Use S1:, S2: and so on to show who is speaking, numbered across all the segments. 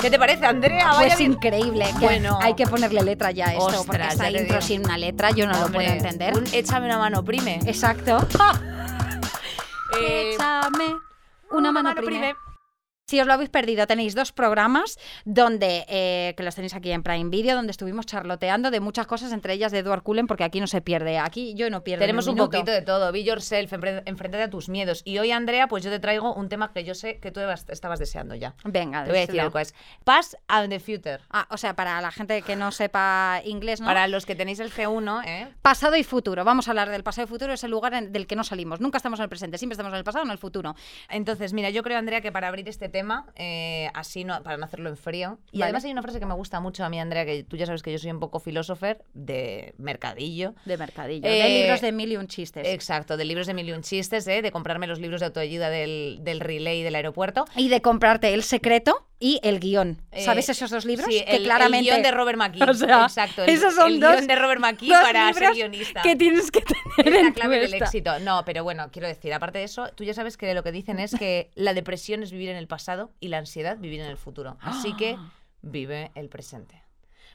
S1: ¿Qué te parece, Andrea? Ah, Vaya
S2: Pues
S1: bien.
S2: increíble. que
S1: Bueno.
S2: Hay que ponerle letra ya a esto,
S1: Ostras,
S2: porque esta
S1: ya te
S2: intro
S1: digo.
S2: sin una letra yo no lo
S1: Hombre,
S2: puedo entender.
S1: un échame una mano, prime.
S2: Exacto.
S1: Eh,
S2: Échame una mano, prime.
S1: prime.
S2: Si os lo habéis perdido, tenéis dos programas donde, eh, que los tenéis aquí en Prime Video, donde estuvimos charloteando de muchas cosas, entre ellas de Edward Cullen, porque aquí no se pierde. Aquí yo no pierdo.
S1: Tenemos
S2: ni
S1: un
S2: minuto.
S1: poquito de todo. Be yourself, enfren- enfréntate a tus miedos. Y hoy, Andrea, pues yo te traigo un tema que yo sé que tú ebas- estabas deseando ya.
S2: Venga,
S1: Te voy a decir
S2: díselo.
S1: el cual es. Past and the Future.
S2: Ah, o sea, para la gente que no sepa inglés, ¿no?
S1: Para los que tenéis el C1, ¿eh?
S2: Pasado y futuro. Vamos a hablar del pasado y futuro. Es el lugar en- del que no salimos. Nunca estamos en el presente. Siempre estamos en el pasado, no en el futuro.
S1: Entonces, mira, yo creo, Andrea, que para abrir este tema, eh, así no, para no hacerlo en frío. Y
S2: Vale.
S1: además hay una frase que me gusta mucho a mí, Andrea, que tú ya sabes que yo soy un poco filósofer de mercadillo.
S2: De mercadillo.
S1: Eh,
S2: de libros de mil y un chistes.
S1: Exacto, de libros de mil y un chistes, ¿eh? de comprarme los libros de autoayuda del, del relay del aeropuerto.
S2: y de comprarte El Secreto y El Guión.
S1: Eh,
S2: ¿Sabes esos dos libros?
S1: sí,
S2: que
S1: el-
S2: claramente...
S1: el guión de Robert McKee.
S2: O sea,
S1: Exacto, el-
S2: esos son
S1: el
S2: dos,
S1: guión de Robert McKee
S2: dos
S1: para ser
S2: libros
S1: guionista.
S2: que tienes que tener
S1: Es
S2: en
S1: la
S2: tu
S1: clave del
S2: esta.
S1: éxito. No, pero bueno, quiero decir, aparte de eso, tú ya sabes que lo que dicen es que la depresión es vivir en el pasado y la ansiedad vivir en el futuro. Así que vive el presente.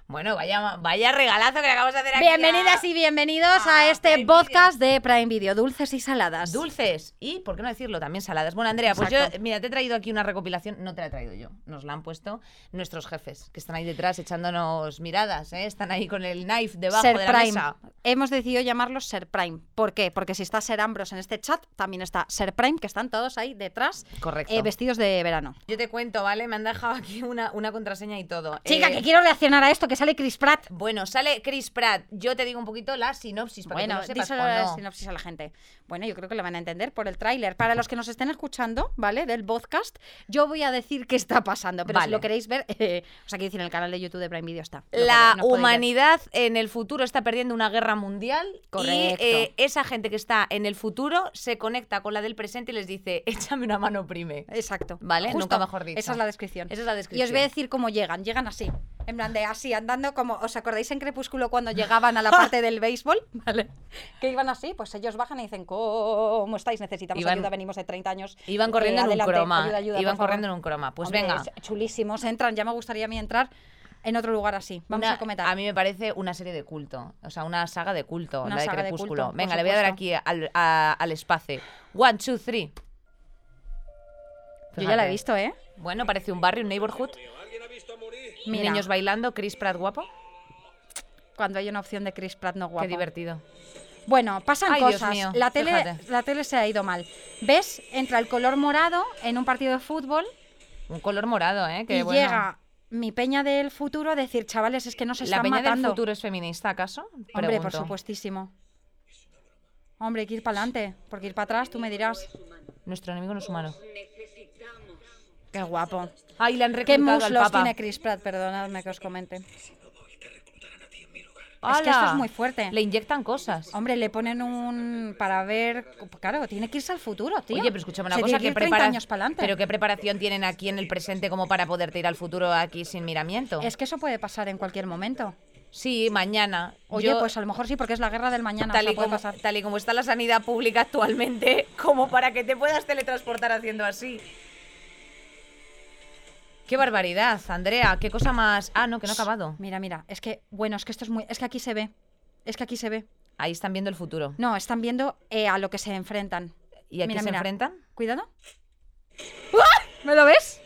S1: Bueno, vaya, vaya regalazo que le acabamos de hacer aquí. a-
S2: Bienvenidas y bienvenidos a
S1: Ah,
S2: este
S1: Prime Video.
S2: podcast de Prime Video, Dulces y Saladas.
S1: Dulces y, ¿por qué no decirlo? También saladas. Bueno, Andrea, pues
S2: Exacto.
S1: yo, mira, te he traído aquí una recopilación. No te la he traído yo. Nos la han puesto nuestros jefes, que están ahí detrás echándonos miradas, ¿eh? Están ahí con el knife debajo
S2: Ser
S1: de la
S2: Prime.
S1: mesa.
S2: Hemos decidido llamarlos Ser Prime. ¿Por qué? Porque si está Ser Ambros en este chat, también está Ser Prime, que están todos ahí detrás,
S1: Correcto.
S2: eh, vestidos de verano.
S1: yo te cuento, ¿vale? Me han dejado aquí una, una contraseña y todo.
S2: Chica,
S1: Eh,
S2: que quiero reaccionar a esto, que sale Chris Pratt.
S1: Bueno, sale Chris Pratt. Yo te digo un poquito la sinopsis para
S2: Bueno,
S1: que tú lo sepas
S2: díselo
S1: o
S2: la
S1: no.
S2: sinopsis a la gente. Bueno, yo creo que lo van a entender por el tráiler. Para los que nos estén escuchando, ¿vale? Del podcast, yo voy a decir qué está pasando. Pero si
S1: Vale.
S2: lo queréis ver, eh, o sea, quiero decir, en el canal de YouTube de Prime Video está.
S1: La
S2: Lo podéis- nos podéis ver.
S1: humanidad en el futuro está perdiendo una guerra mundial
S2: Correcto.
S1: y eh, esa gente que está en el futuro se conecta con la del presente y les dice, échame una mano prime.
S2: Exacto.
S1: Vale, nunca mejor dicho.
S2: Esa es la descripción.
S1: Esa es la
S2: Y os
S1: descripción.
S2: voy a decir cómo llegan. Llegan así. En plan de así, andando como. ¿Os acordáis en Crepúsculo cuando llegaban a la parte del béisbol? ¿Vale? Que iban así, pues ellos bajan y dicen, ¿cómo estáis? Necesitamos
S1: Iban-
S2: ayuda, venimos de 30 años.
S1: Iban corriendo
S2: Eh,
S1: en
S2: adelante,
S1: un croma.
S2: ayuda, ayuda,
S1: Iban
S2: por favor".
S1: corriendo en un croma. Pues
S2: Hombre,
S1: venga.
S2: es Chulísimos, entran. Ya me gustaría a mí entrar en otro lugar así. Vamos
S1: Una-
S2: a comentar.
S1: A mí me parece una serie de culto, o sea, una saga de culto,
S2: Una
S1: la de
S2: saga de
S1: Crepúsculo.
S2: culto, por
S1: Venga, le voy a dar
S2: supuesto.
S1: aquí al, a- al espacio. One, two, three.
S2: Yo ya la
S1: Fíjate.
S2: he visto, ¿eh?
S1: Bueno, parece un barrio, un neighborhood.
S2: Mira,
S1: Niños bailando, Chris Pratt guapo.
S2: cuando hay una opción de Chris Pratt no guapo.
S1: Qué divertido.
S2: Bueno, pasan
S1: Ay, Dios
S2: cosas.
S1: mío,
S2: la, tele,
S1: fíjate.
S2: la tele se ha ido mal. ¿Ves? Entra el color morado en un partido de fútbol
S1: Un color morado, ¿eh? Qué
S2: y
S1: bueno.
S2: llega mi peña del futuro a decir, chavales, es que no se
S1: ¿La
S2: están
S1: peña
S2: matando.
S1: del futuro es feminista, acaso?
S2: Hombre, por
S1: Pregunto.
S2: supuestísimo. Hombre, hay que ir para adelante, porque ir para atrás tú me dirás,
S1: Nuestro enemigo no es humano.
S2: qué guapo.
S1: Ay, le han
S2: ¿Qué
S1: reclutado al
S2: muslos
S1: papa.
S2: tiene Chris Pratt? Perdonadme que os comente.
S1: ¡Hala!
S2: Es que esto es muy fuerte.
S1: Le inyectan cosas.
S2: Hombre, le ponen un para ver, claro, tiene que irse al futuro, tío.
S1: Oye, pero escúchame una
S2: Se
S1: cosa,
S2: tiene que
S1: ¿qué,
S2: ir 30
S1: prepara-
S2: años para adelante.
S1: pero ¿qué preparación tienen aquí en el presente como para poderte ir al futuro aquí sin miramiento?
S2: Es que eso puede pasar en cualquier momento.
S1: Sí, mañana.
S2: Oye,
S1: Yo,
S2: pues a lo mejor sí, porque es la guerra del mañana. o
S1: tal
S2: sea,
S1: y,
S2: puede
S1: como,
S2: pasar.
S1: tal y como está la sanidad pública actualmente, como para que te puedas teletransportar haciendo así. Qué barbaridad, Andrea, qué cosa más... Ah, no, que no ha acabado.
S2: Mira, mira, es que, bueno, es que esto es muy. Es que aquí se ve. Es que aquí se ve.
S1: Ahí están viendo el futuro.
S2: No, están viendo eh, a lo que se enfrentan.
S1: ¿Y a qué
S2: Mira,
S1: se
S2: mira.
S1: enfrentan?
S2: Cuidado. ¡Ah! ¿Me lo ves?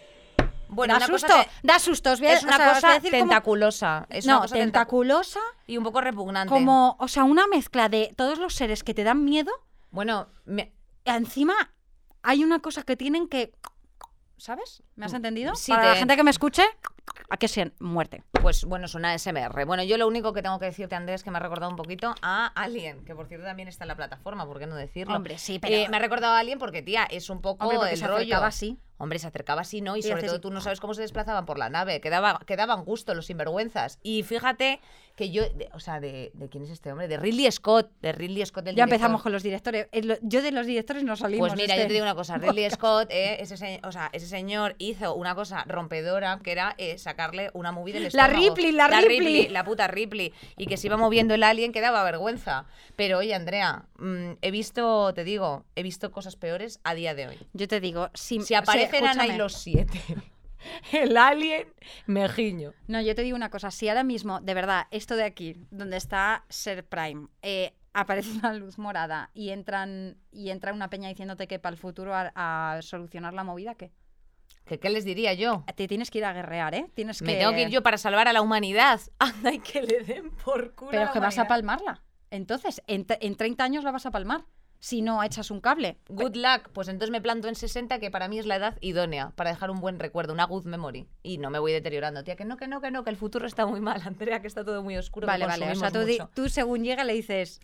S1: Bueno,
S2: da
S1: una cosa
S2: susto,
S1: te-
S2: da susto. Os voy a-
S1: es
S2: o
S1: una
S2: sea, os voy a
S1: cosa
S2: decir cómo-
S1: tentaculosa. Es una
S2: no,
S1: cosa tentacu-
S2: tentaculosa,
S1: Y un poco repugnante.
S2: como, o sea, una mezcla de todos los seres que te dan miedo.
S1: Bueno, me-
S2: Encima, hay una cosa que tienen que. ¿Sabes? ¿Me has entendido?
S1: Mm, Sí,
S2: Para la
S1: te-
S2: gente que me escuche, a que sean muerte.
S1: pues bueno, es una SMR. Bueno, yo lo único que tengo que decirte, Andrea, es que me ha recordado un poquito a Alien, que por cierto también está en la plataforma, ¿por qué no decirlo?
S2: Hombre, sí, pero-
S1: Eh, me ha recordado a Alien porque, tía, es un poco
S2: Hombre, porque
S1: el
S2: se
S1: rollo.
S2: acercaba así.
S1: Hombre, se acercaba así, ¿no? Y,
S2: Y
S1: sobre
S2: hace
S1: todo
S2: así.
S1: tú no sabes cómo se desplazaban por la nave, que, daba, que daban gusto los sinvergüenzas. Y fíjate que yo, de- o sea, de, de quién es este hombre? De Ridley Scott, de Ridley Scott del
S2: Ya
S1: director.
S2: empezamos con los directores. Eh, lo- Yo de los directores no salimos.
S1: Pues mira,
S2: este.
S1: yo te digo una cosa, Ridley Scott, eh, ese, se- o sea, ese señor hizo una cosa rompedora que era eh, sacarle una movie del
S2: La
S1: estómago.
S2: Ripley, la Ripley.
S1: La puta Ripley. Y que se iba moviendo el alien que daba vergüenza. Pero oye, Andrea, mm, he visto, te digo, he visto cosas peores a día de hoy.
S2: Yo te digo, si,
S1: Si aparecen Ana y
S2: escúchame,
S1: los siete. el alien Mejiño.
S2: No, yo te digo una cosa. Si ahora mismo, de verdad, esto de aquí, donde está Ser Prime, eh, aparece una luz morada y entran y entra una peña diciéndote que para el futuro a, a solucionar la movida, ¿qué?
S1: ¿Qué, ¿Qué les diría yo?
S2: Te tienes que ir a guerrear, ¿eh? Tienes
S1: Me
S2: que...
S1: tengo que ir yo para salvar a la humanidad. Anda, y que le den por culo.
S2: Pero
S1: la
S2: que vas
S1: humanidad.
S2: a palmarla. Entonces, en, tre- en 30 años la vas a palmar. Si no echas un cable.
S1: Good luck. Pues entonces me planto en 60, que para mí es la edad idónea para dejar un buen recuerdo, una good memory. Y no me voy deteriorando, tía. Que no, que no, que no, que el futuro está muy mal, Andrea, que está todo muy oscuro. que
S2: Vale, vale. O sea, tú,
S1: consumimos
S2: di-
S1: mucho.
S2: tú según llega le dices,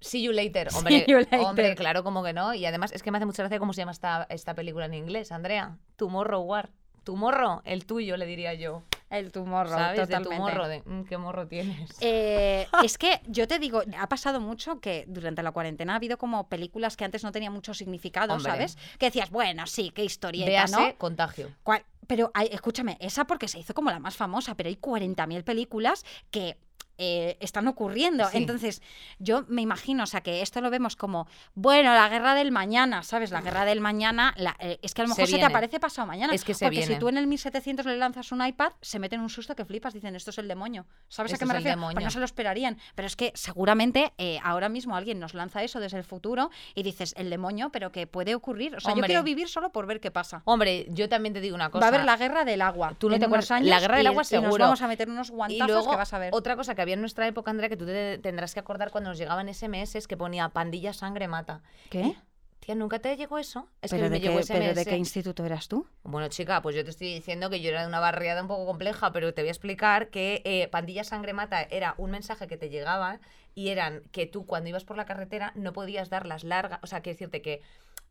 S1: See you later. Hombre,
S2: See you later.
S1: hombre, claro, como que no. Y además es que me hace mucha gracia cómo se llama esta, esta película en inglés, Andrea. Tomorrow War. Tu morro, el tuyo, le diría yo.
S2: el tumor,
S1: ¿Sabes?
S2: totalmente.
S1: De tu morro, de "Mm, qué morro tienes.
S2: Eh, es que yo te digo, ha pasado mucho que durante la cuarentena ha habido como películas que antes no tenían mucho significado,
S1: Hombre.
S2: ¿sabes? Que decías, bueno, sí, qué historieta,
S1: Véase
S2: ¿no?
S1: contagio.
S2: Cual- Pero hay- escúchame, esa porque se hizo como la más famosa, pero hay 40.000 películas que eh, están ocurriendo.
S1: Sí.
S2: Entonces, yo me imagino, o sea, que esto lo vemos como, bueno, la guerra del mañana, ¿sabes? La guerra del mañana, la- eh, es que a lo
S1: Se
S2: mejor se, te
S1: viene.
S2: aparece pasado mañana.
S1: Es que se
S2: porque
S1: viene.
S2: si tú en el 1700 le lanzas un iPad, se meten un susto que flipas, dicen, esto es el demonio. ¿Sabes
S1: Esto
S2: a qué me
S1: es el
S2: refiero? Pues
S1: demonio.
S2: no se lo esperarían, pero es que seguramente eh, ahora mismo alguien nos lanza eso desde el futuro y dices, el demonio, pero que puede ocurrir. O sea, yo
S1: Hombre.
S2: quiero vivir solo por ver qué pasa.
S1: Hombre, yo también te digo una cosa.
S2: Va a haber la guerra del agua.
S1: Tú no
S2: en
S1: te acuerdas-
S2: unos años
S1: la guerra del
S2: y-
S1: agua
S2: y Nos
S1: seguro.
S2: vamos a meter unos
S1: y
S2: guantazos
S1: luego,
S2: que vas a ver.
S1: otra cosa que había en nuestra época, Andrea, que tú te tendrás que acordar cuando nos llegaban SMS es que ponía pandilla sangre mata.
S2: ¿Qué?
S1: Tía, ¿nunca te llegó eso? Es que
S2: ¿Pero,
S1: a mí
S2: de
S1: me llegó
S2: qué, pero de
S1: SMS.
S2: qué instituto eras tú?
S1: Bueno, chica, pues yo te estoy diciendo que yo era de una barriada un poco compleja, pero te voy a explicar que eh, Pandilla Sangre Mata era un mensaje que te llegaba y eran que tú cuando ibas por la carretera no podías dar las largas, o sea, quiero decirte que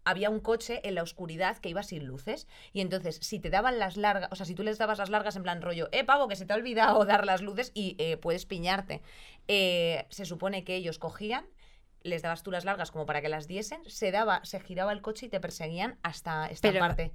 S1: había un coche en la oscuridad que iba sin luces y entonces si te daban las largas, o sea, si tú les dabas las largas en plan rollo, eh, pavo, que se te ha olvidado dar las luces y eh, puedes piñarte, eh, se supone que ellos cogían les dabas tú las largas como para que las diesen, se daba, se giraba el coche y te perseguían hasta esta
S2: Pero-
S1: parte.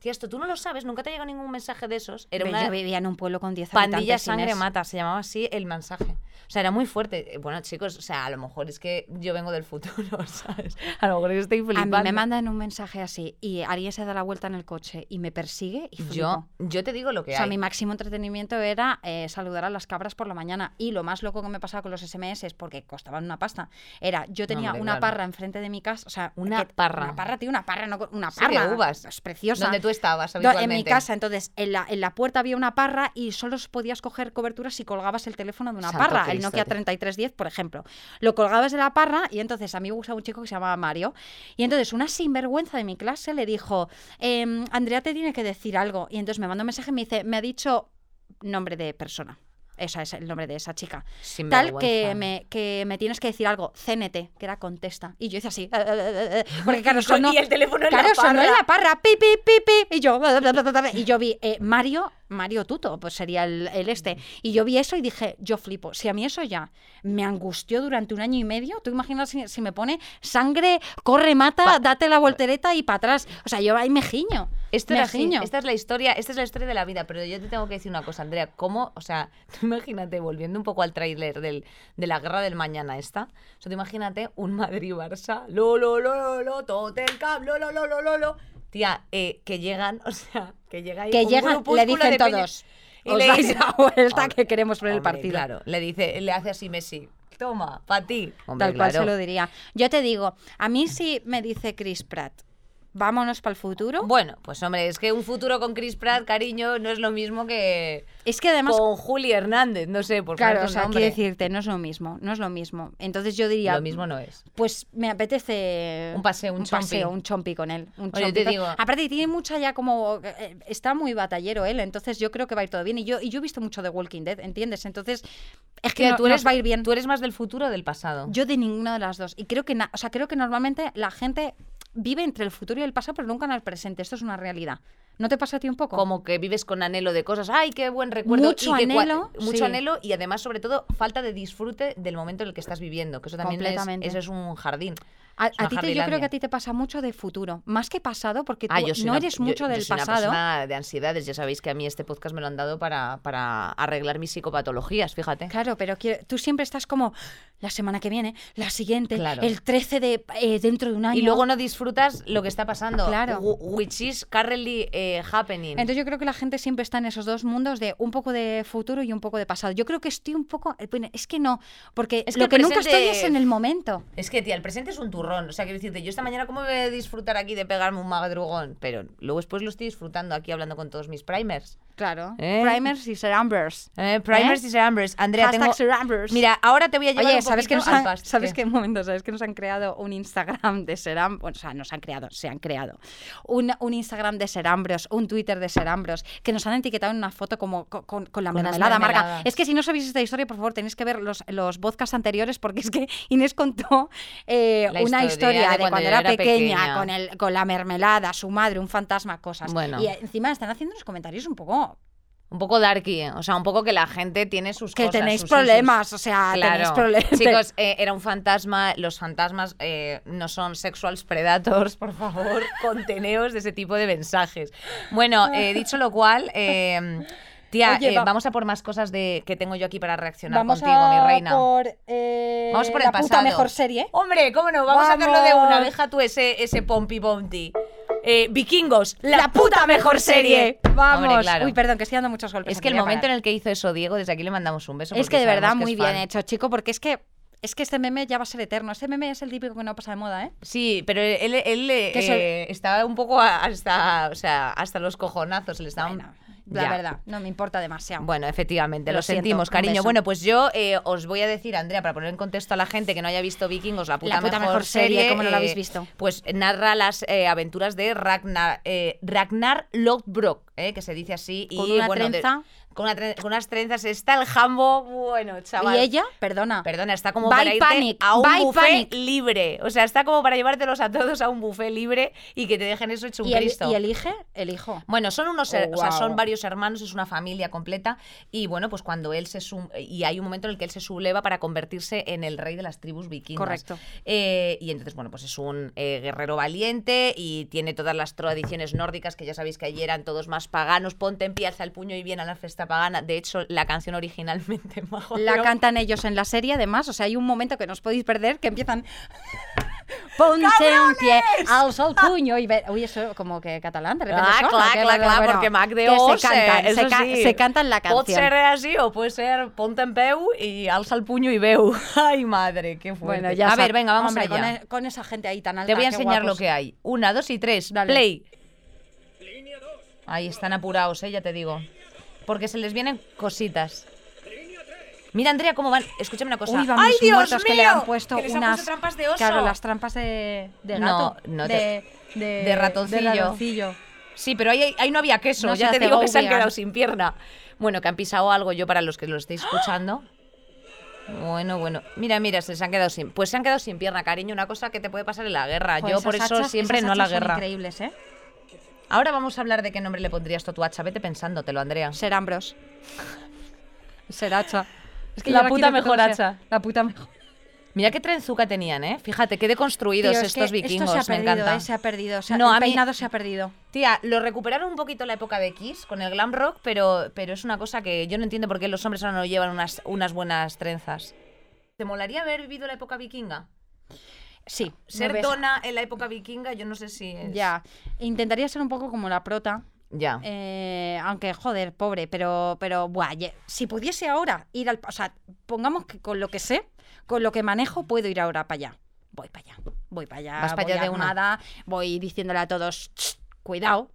S1: Tía, esto tú no lo sabes, nunca te llegó ningún mensaje de esos. Era
S2: Ve,
S1: una
S2: Yo vivía en un pueblo con 10
S1: pandilla
S2: habitantes,
S1: sangre
S2: Inés.
S1: mata, se llamaba así el mensaje. O sea, era muy fuerte. Eh, Bueno, chicos, o sea, a lo mejor es que yo vengo del futuro, ¿sabes? A lo mejor yo estoy
S2: A
S1: flipando.
S2: mí me mandan un mensaje así y alguien se da la vuelta en el coche y me persigue y flipo.
S1: yo, yo te digo lo que
S2: O sea,
S1: hay.
S2: mi máximo entretenimiento era eh, saludar a las cabras por la mañana. Y lo más loco que me pasaba con los SMS, porque costaban una pasta, era yo tenía
S1: Hombre,
S2: una
S1: claro.
S2: parra enfrente de mi casa. O sea,
S1: Una
S2: que-
S1: parra.
S2: Una parra, tío, una parra, no, una
S1: Sí, de
S2: parra.
S1: uvas.
S2: Es preciosa.
S1: Donde tú estabas
S2: No,
S1: habitualmente.
S2: en mi casa, entonces, en la, en la puerta había una parra y solo podías coger cobertura si colgabas el teléfono de una
S1: Santo
S2: parra, el
S1: Cristo,
S2: Nokia
S1: tío.
S2: 3310, por ejemplo. Lo colgabas de la parra y entonces a mí me gustaba un chico que se llamaba Mario. Y entonces una sinvergüenza de mi clase le dijo, "Em, Andrea te tiene que decir algo. Y entonces me mandó un mensaje y me dice, me ha dicho nombre de persona. Esa es el nombre de esa chica.
S1: Sin
S2: Tal que
S1: vergüenza.
S2: me, que me tienes que decir algo, CNT, que era contesta. Y yo hice así, porque claro, sonó,
S1: Y el teléfono en
S2: Claro,
S1: la
S2: sonó en
S1: parra.
S2: la parra, pi, pi, pi, pi, y yo, bla, bla, bla, bla, bla, y yo vi eh, Mario, Mario Tuto, pues sería el, el este, y yo vi eso y dije, yo flipo, si a mí eso ya me angustió durante un año y medio, tú imaginas si, si me pone sangre, corre, mata, date la voltereta y para atrás, o sea, yo ahí me giño,
S1: Esto
S2: me
S1: era así,
S2: giño.
S1: esta es la historia, esta es la historia de la vida, pero yo te tengo que decir una cosa, Andrea, cómo, o sea, tú imagínate, volviendo un poco al tráiler del- de la guerra del mañana esta, o sea, tú imagínate un Madrid-Barça, lo, lo, lo, lo, lo, Totem Cup, lo, lo, lo, lo, lo, lo, tía, eh, que llegan, o sea, que llega ahí
S2: que
S1: un
S2: llegan, le
S1: grupúsculo
S2: dicen
S1: de peña-
S2: todos,
S1: y
S2: os
S1: le
S2: dais
S1: dicen-
S2: la vuelta
S1: Hombre,
S2: que queremos ver el
S1: hombre,
S2: partido.
S1: Claro, le dice, le hace así Messi, toma, para ti. Hombre,
S2: Tal cual
S1: claro.
S2: se lo diría. Yo te digo, a mí sí me dice Chris Pratt, vámonos para el futuro.
S1: Bueno, pues hombre, es que un futuro con Chris Pratt, cariño, no es lo mismo que...
S2: Es que además
S1: con Juli Hernández, no sé, por
S2: Claro,
S1: ponerte
S2: o
S1: un
S2: sea,
S1: nombre.
S2: quiero decirte, no es lo mismo, no es lo mismo. Entonces yo diría,
S1: Lo mismo no es.
S2: pues me apetece
S1: Un paseo, un chompi.
S2: paseo, un chompi con él, un
S1: Oye, yo
S2: chompi
S1: te
S2: con-
S1: digo-
S2: Aparte tiene mucha ya como eh, está muy batallero él, entonces yo creo que va a ir todo bien y yo y yo he visto mucho de Walking Dead, ¿entiendes? Entonces es que
S1: Tía,
S2: no-
S1: tú eres,
S2: nos va a ir bien.
S1: Tú eres más del futuro o del pasado.
S2: Yo de ninguna de las dos y creo que, na- o sea, creo que normalmente la gente vive entre el futuro y el pasado, pero nunca en el presente. Esto es una realidad. ¿No te pasa a ti un poco?
S1: como que vives con anhelo de cosas. ¡Ay, qué buen recuerdo!
S2: Mucho
S1: que cua-
S2: anhelo,
S1: mucho
S2: sí.
S1: anhelo y además, sobre todo, falta de disfrute del momento en el que estás viviendo. Que eso también es,
S2: Completamente.
S1: eso es un jardín.
S2: A,
S1: Es
S2: a
S1: una
S2: ti te, yo creo que
S1: Hardylandia.
S2: a ti te pasa mucho de futuro, más que pasado, porque tú
S1: Ah, yo soy
S2: no
S1: una-
S2: eres
S1: yo-
S2: mucho
S1: yo
S2: del
S1: soy una
S2: pasado.
S1: persona de ansiedades. Ya sabéis que a mí este podcast me lo han dado para, para arreglar mis psicopatologías, fíjate.
S2: Claro, pero quiero- tú siempre estás como la semana que viene, la siguiente,
S1: Claro.
S2: el 13 de eh, dentro de un año.
S1: Y luego no disfrutas lo que está pasando.
S2: Claro.
S1: Wh- Which is currently eh, happening.
S2: Entonces yo creo que la gente siempre está en esos dos mundos de un poco de futuro y un poco de pasado. Yo creo que estoy un poco, eh, bueno, es que no, porque
S1: Es que
S2: lo
S1: el
S2: que nunca
S1: presente-
S2: estoy es en el momento.
S1: es que, tía, el presente es un turrón. O sea, quiero decirte, yo esta mañana, ¿cómo voy a disfrutar aquí de pegarme un madrugón? Pero luego después lo estoy disfrutando aquí hablando con todos mis primers.
S2: Claro.
S1: ¿Eh?
S2: Primers y serambers.
S1: Eh, primers
S2: ¿Eh?
S1: y serambres. Andrea,
S2: Hashtag
S1: tengo...
S2: serambers.
S1: Mira, ahora te voy a llevar
S2: Oye,
S1: un
S2: ¿sabes que
S1: poquito
S2: nos
S1: al
S2: han,
S1: past-
S2: ¿sabes
S1: ¿Qué?
S2: qué momento? ¿Sabes que nos han creado un Instagram de Seram? Bueno, o sea, nos han creado, se han creado. Un, un Instagram de Serambros, un Twitter de Serambros, que nos han etiquetado en una foto como co- con, con la
S1: Con las
S2: mermelada amarga.
S1: mermeladas.
S2: Es que si no sabéis esta historia, por favor, tenéis que ver los, los podcasts anteriores, porque es que Inés contó eh,
S1: La historia
S2: una historia de cuando, era, pequeña,
S1: pequeña.
S2: Con, el, con la mermelada, su madre, un fantasma, cosas.
S1: Bueno.
S2: Y eh, encima están haciendo unos comentarios un poco
S1: Un poco darky. O sea, un poco que la gente tiene sus
S2: que
S1: cosas.
S2: tenéis
S1: sus- sus- sus-
S2: problemas, o sea, Ah, tenéis problemas.
S1: Chicos, eh, era un fantasma. Los fantasmas eh, no son sexual predators, por favor. Conteneos de ese tipo de mensajes. Bueno, eh, dicho lo cual. eh, Tía,
S2: Oye,
S1: eh,
S2: va-
S1: vamos a por más cosas de que tengo yo aquí para reaccionar
S2: Vamos
S1: contigo,
S2: a
S1: mi reina.
S2: Por, eh,
S1: Vamos por el
S2: la puta
S1: pasado.
S2: mejor serie.
S1: Hombre, cómo no, vamos, a hacerlo de
S2: Vamos.
S1: una. Deja tú ese, ese Pompi Bounty. Eh, Vikingos, la,
S2: puta mejor
S1: serie.
S2: Vamos.
S1: Hombre, claro.
S2: Uy, perdón, que estoy dando muchos golpes.
S1: Es que el momento en el que hizo eso Diego, desde aquí le mandamos un beso.
S2: Es
S1: porque
S2: que de
S1: sabemos
S2: verdad
S1: es
S2: muy
S1: fan.
S2: bien hecho, chico, porque es que es que este meme ya va a ser eterno. Este meme es el típico que no pasa de moda, ¿eh?
S1: Sí, pero él, él eh,
S2: Que se-
S1: eh, estaba un poco a- hasta, o sea, hasta los cojonazos. Le estaban...
S2: Bueno, la
S1: Ya.
S2: verdad, no me importa demasiado.
S1: Bueno, efectivamente, lo,
S2: Lo siento,
S1: sentimos,
S2: un
S1: cariño.
S2: beso.
S1: Bueno, pues yo eh, os voy a decir, Andrea, para poner en contexto a la gente que no haya visto Vikingos, la puta,
S2: La puta mejor serie, ¿cómo no la habéis visto?
S1: Pues narra las eh, aventuras de Ragnar, eh, Ragnar Lodbrok, eh, que se dice así.
S2: Con
S1: y,
S2: una
S1: bueno, de-
S2: trenza.
S1: con, una tren- con unas trenzas está el jambo, bueno, chaval.
S2: y ella, perdona.
S1: Perdona, está como
S2: Buy
S1: para irte
S2: Panic,
S1: a un
S2: Buy
S1: buffet
S2: Panic.
S1: libre. O sea, está como para llevártelos a todos a un buffet libre y que te dejen eso hecho un
S2: y, el-
S1: Cristo.
S2: y elige el hijo.
S1: Bueno, son unos, her-
S2: Oh,
S1: o sea,
S2: wow.
S1: son varios hermanos, es una familia completa y bueno, pues cuando él se sum- y hay un momento en el que él se subleva para convertirse en el rey de las tribus vikingas.
S2: Correcto.
S1: Eh, y entonces, bueno, pues es un eh, guerrero valiente y tiene todas las tradiciones nórdicas que ya sabéis que allí eran todos más paganos. Ponte en pie, alza el puño y viene a la fiesta pagana. De hecho, la canción originalmente, Majo,
S2: La
S1: pero-
S2: cantan ellos en la serie, además. O sea, hay un momento que no os podéis perder que empiezan. Ponte en pie, alza el puño y ve. Uy, eso como que catalán, de repente.
S1: Ah,
S2: suena,
S1: clar,
S2: que-
S1: clar, clar,
S2: bueno,
S1: perquè Mac de
S2: que
S1: Oz,
S2: Se cantan,
S1: eh,
S2: se,
S1: eso
S2: ca-
S1: sí.
S2: se cantan la
S1: Pot
S2: canción.
S1: ser así o puede ser ponte en peu y alza el puño y veu. Ay, madre, qué fuerte.
S2: Bueno, ya
S1: a
S2: sa-
S1: ver, venga, vamos
S2: Hombre, Con,
S1: allá.
S2: e- con esa gente ahí tan alta.
S1: Te voy a
S2: qué
S1: enseñar lo
S2: guapos.
S1: que hay. Una, dos y tres.
S2: Dale.
S1: Play. Ahí están apurados, eh, ya te digo. Porque se les vienen cositas. Mira, Andrea, cómo van. Escúchame una cosa.
S2: Uy, vamos
S1: ¡Ay, Dios
S2: muertos
S1: mío!
S2: que le han puesto
S1: Que les han
S2: unas.
S1: puesto trampas de oso.
S2: Claro, las trampas de, de
S1: No,
S2: gato.
S1: no
S2: de, de,
S1: de ratoncillo.
S2: de ratoncillo.
S1: Sí, pero ahí, ahí no había queso.
S2: No
S1: ya
S2: se
S1: te
S2: hace
S1: digo que se han
S2: vegan.
S1: quedado sin pierna. Bueno, que han pisado algo yo para los que lo estéis escuchando. Bueno, bueno. Mira, mira, se les han quedado sin. Pues se han quedado sin pierna, cariño. Una cosa que te puede pasar en la guerra.
S2: Joder,
S1: yo
S2: Pues esas
S1: por eso
S2: hachas-
S1: siempre
S2: esas
S1: no a la
S2: hachas son
S1: guerra.
S2: increíbles, ¿eh?
S1: Ahora vamos a hablar de qué nombre le pondrías tú a tu hacha. Vete pensándotelo, Andrea.
S2: Serambros. Seracha. Es
S1: La puta mejor hacha.
S2: La puta mejor.
S1: Mira qué trenzuca tenían, ¿eh? Fíjate, qué deconstruidos
S2: Tío, es que
S1: estos vikingos.
S2: Esto se ha
S1: me
S2: perdido,
S1: encanta.
S2: eh, se ha perdido. O sea,
S1: No,
S2: el
S1: a mí-
S2: peinado se ha perdido.
S1: Tía, lo recuperaron un poquito la época de Kiss con el glam rock, pero, pero es una cosa que yo no entiendo por qué los hombres ahora no llevan unas, unas buenas trenzas. ¿Te molaría haber vivido la época vikinga?
S2: Sí.
S1: Ser
S2: me ves-
S1: dona en la época vikinga, yo no sé si es.
S2: Ya. Intentaría ser un poco como la prota.
S1: Ya.
S2: eh, aunque, joder, pobre, pero, pero buah, ye- si pudiese ahora ir al... O sea, pongamos que con lo que sé, con lo que manejo, puedo ir ahora para allá. Voy para allá, voy para allá,
S1: Vas pa'
S2: voy
S1: allá de una.
S2: armada, voy diciéndole a todos, "Ch, cuidado,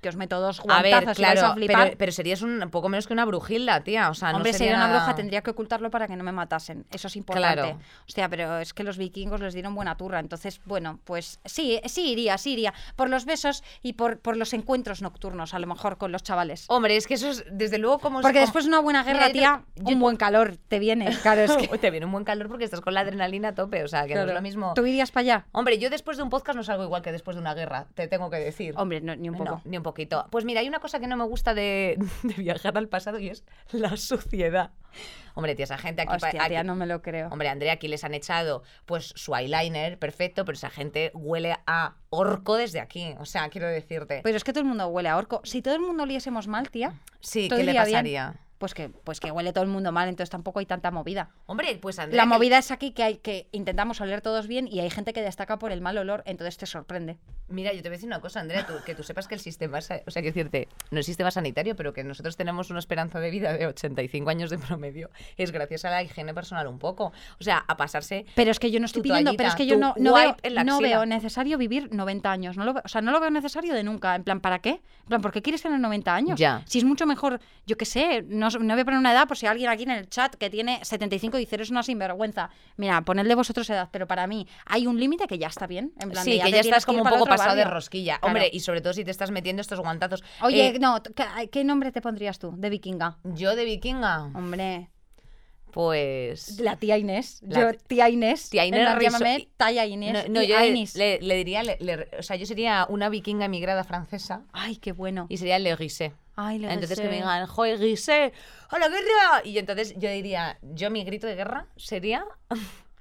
S2: que os meto dos
S1: A ver,
S2: guantazos y vais
S1: claro,
S2: a flipar.
S1: pero, pero serías un poco menos que una brujilda, tía. O sea, no
S2: Hombre, sería una
S1: nada-
S2: bruja, tendría que ocultarlo para que no me matasen. Eso es importante.
S1: Claro.
S2: Hostia, pero es que los vikingos les dieron buena turra. Entonces, bueno, pues sí, sí iría, sí iría. Por los besos y por, por los encuentros nocturnos, a lo mejor, con los chavales.
S1: Hombre, es que eso es, desde luego, como.
S2: Porque
S1: como-
S2: después de una buena
S1: Mira,
S2: guerra,
S1: yo te-
S2: tía,
S1: yo
S2: un buen calor te viene. Claro, es que.
S1: Te viene un buen calor porque estás con la adrenalina a tope, o sea, que no es lo mismo.
S2: ¿Tú irías para allá?
S1: Hombre, yo después de un podcast no salgo igual que después de una guerra, te tengo que decir.
S2: Hombre, no, ni un
S1: No,
S2: poco.
S1: ni un poquito. Pues mira, hay una cosa que no me gusta de, de viajar al pasado y es la suciedad. Hombre, tía, esa gente aquí... pa-
S2: Hostia,
S1: aquí-
S2: tía, no me lo creo.
S1: Hombre, Andrea, aquí les han echado pues su eyeliner, perfecto, pero esa gente huele a orco desde aquí. O sea, quiero decirte.
S2: Pero es que todo el mundo huele a orco. Si todo el mundo oliésemos mal, tía,
S1: sí,
S2: todo
S1: ¿qué le
S2: iría bien.
S1: pasaría?
S2: pues que, pues que huele todo el mundo mal, entonces tampoco hay tanta movida.
S1: Hombre, pues Andrea.
S2: La
S1: que-
S2: movida es aquí que, hay, que intentamos oler todos bien y hay gente que destaca por el mal olor, entonces te sorprende.
S1: Mira, yo te voy a decir una cosa, Andrea, tú- que tú sepas que el sistema. sa- O sea, quiero decirte, no el sistema sanitario, pero que nosotros tenemos una esperanza de vida de 85 años de promedio. Es gracias a la higiene personal un poco. O sea, a pasarse.
S2: Pero es que yo no estoy
S1: Tu
S2: pidiendo, pero es
S1: toallita,
S2: que yo
S1: tu
S2: no, no, veo,
S1: wipe en la
S2: no
S1: axila.
S2: veo necesario vivir 90 años. No lo, veo- o sea, no lo veo necesario de nunca. En plan, ¿para qué? En plan, ¿por qué quieres tener 90 años?
S1: Ya.
S2: Si es mucho mejor, yo qué sé, no, os- no voy a poner una edad por si alguien aquí en el chat que tiene 75 dice, eres una sinvergüenza. Mira, ponedle vosotros edad, pero para mí hay un límite que ya está bien. En plan, de
S1: sí, que
S2: te
S1: ya
S2: tienes
S1: estás como
S2: ir
S1: un
S2: para
S1: poco
S2: otro
S1: pasado de
S2: barrio.
S1: rosquilla.
S2: Claro.
S1: Hombre, y sobre todo si te estás metiendo estos guantazos.
S2: Oye,
S1: Eh,
S2: no, t- ¿qué- ¿qué nombre te pondrías tú de vikinga?
S1: yo de vikinga,
S2: Hombre,
S1: pues.
S2: la tía Inés.
S1: La-
S2: yo, tía Inés.
S1: Tía
S2: en
S1: Inés
S2: plan,
S1: Riso-
S2: Llámame Taya Inés.
S1: No, no,
S2: tía
S1: yo le,
S2: Inés.
S1: le- le diría, le- le- o sea, yo sería una vikinga emigrada francesa
S2: Ay, qué bueno.
S1: y sería Le Risset.
S2: Ay, le
S1: Entonces que
S2: deseo.
S1: me digan, joder, Risset, a la guerra. Y yo entonces yo diría, yo mi grito de guerra sería,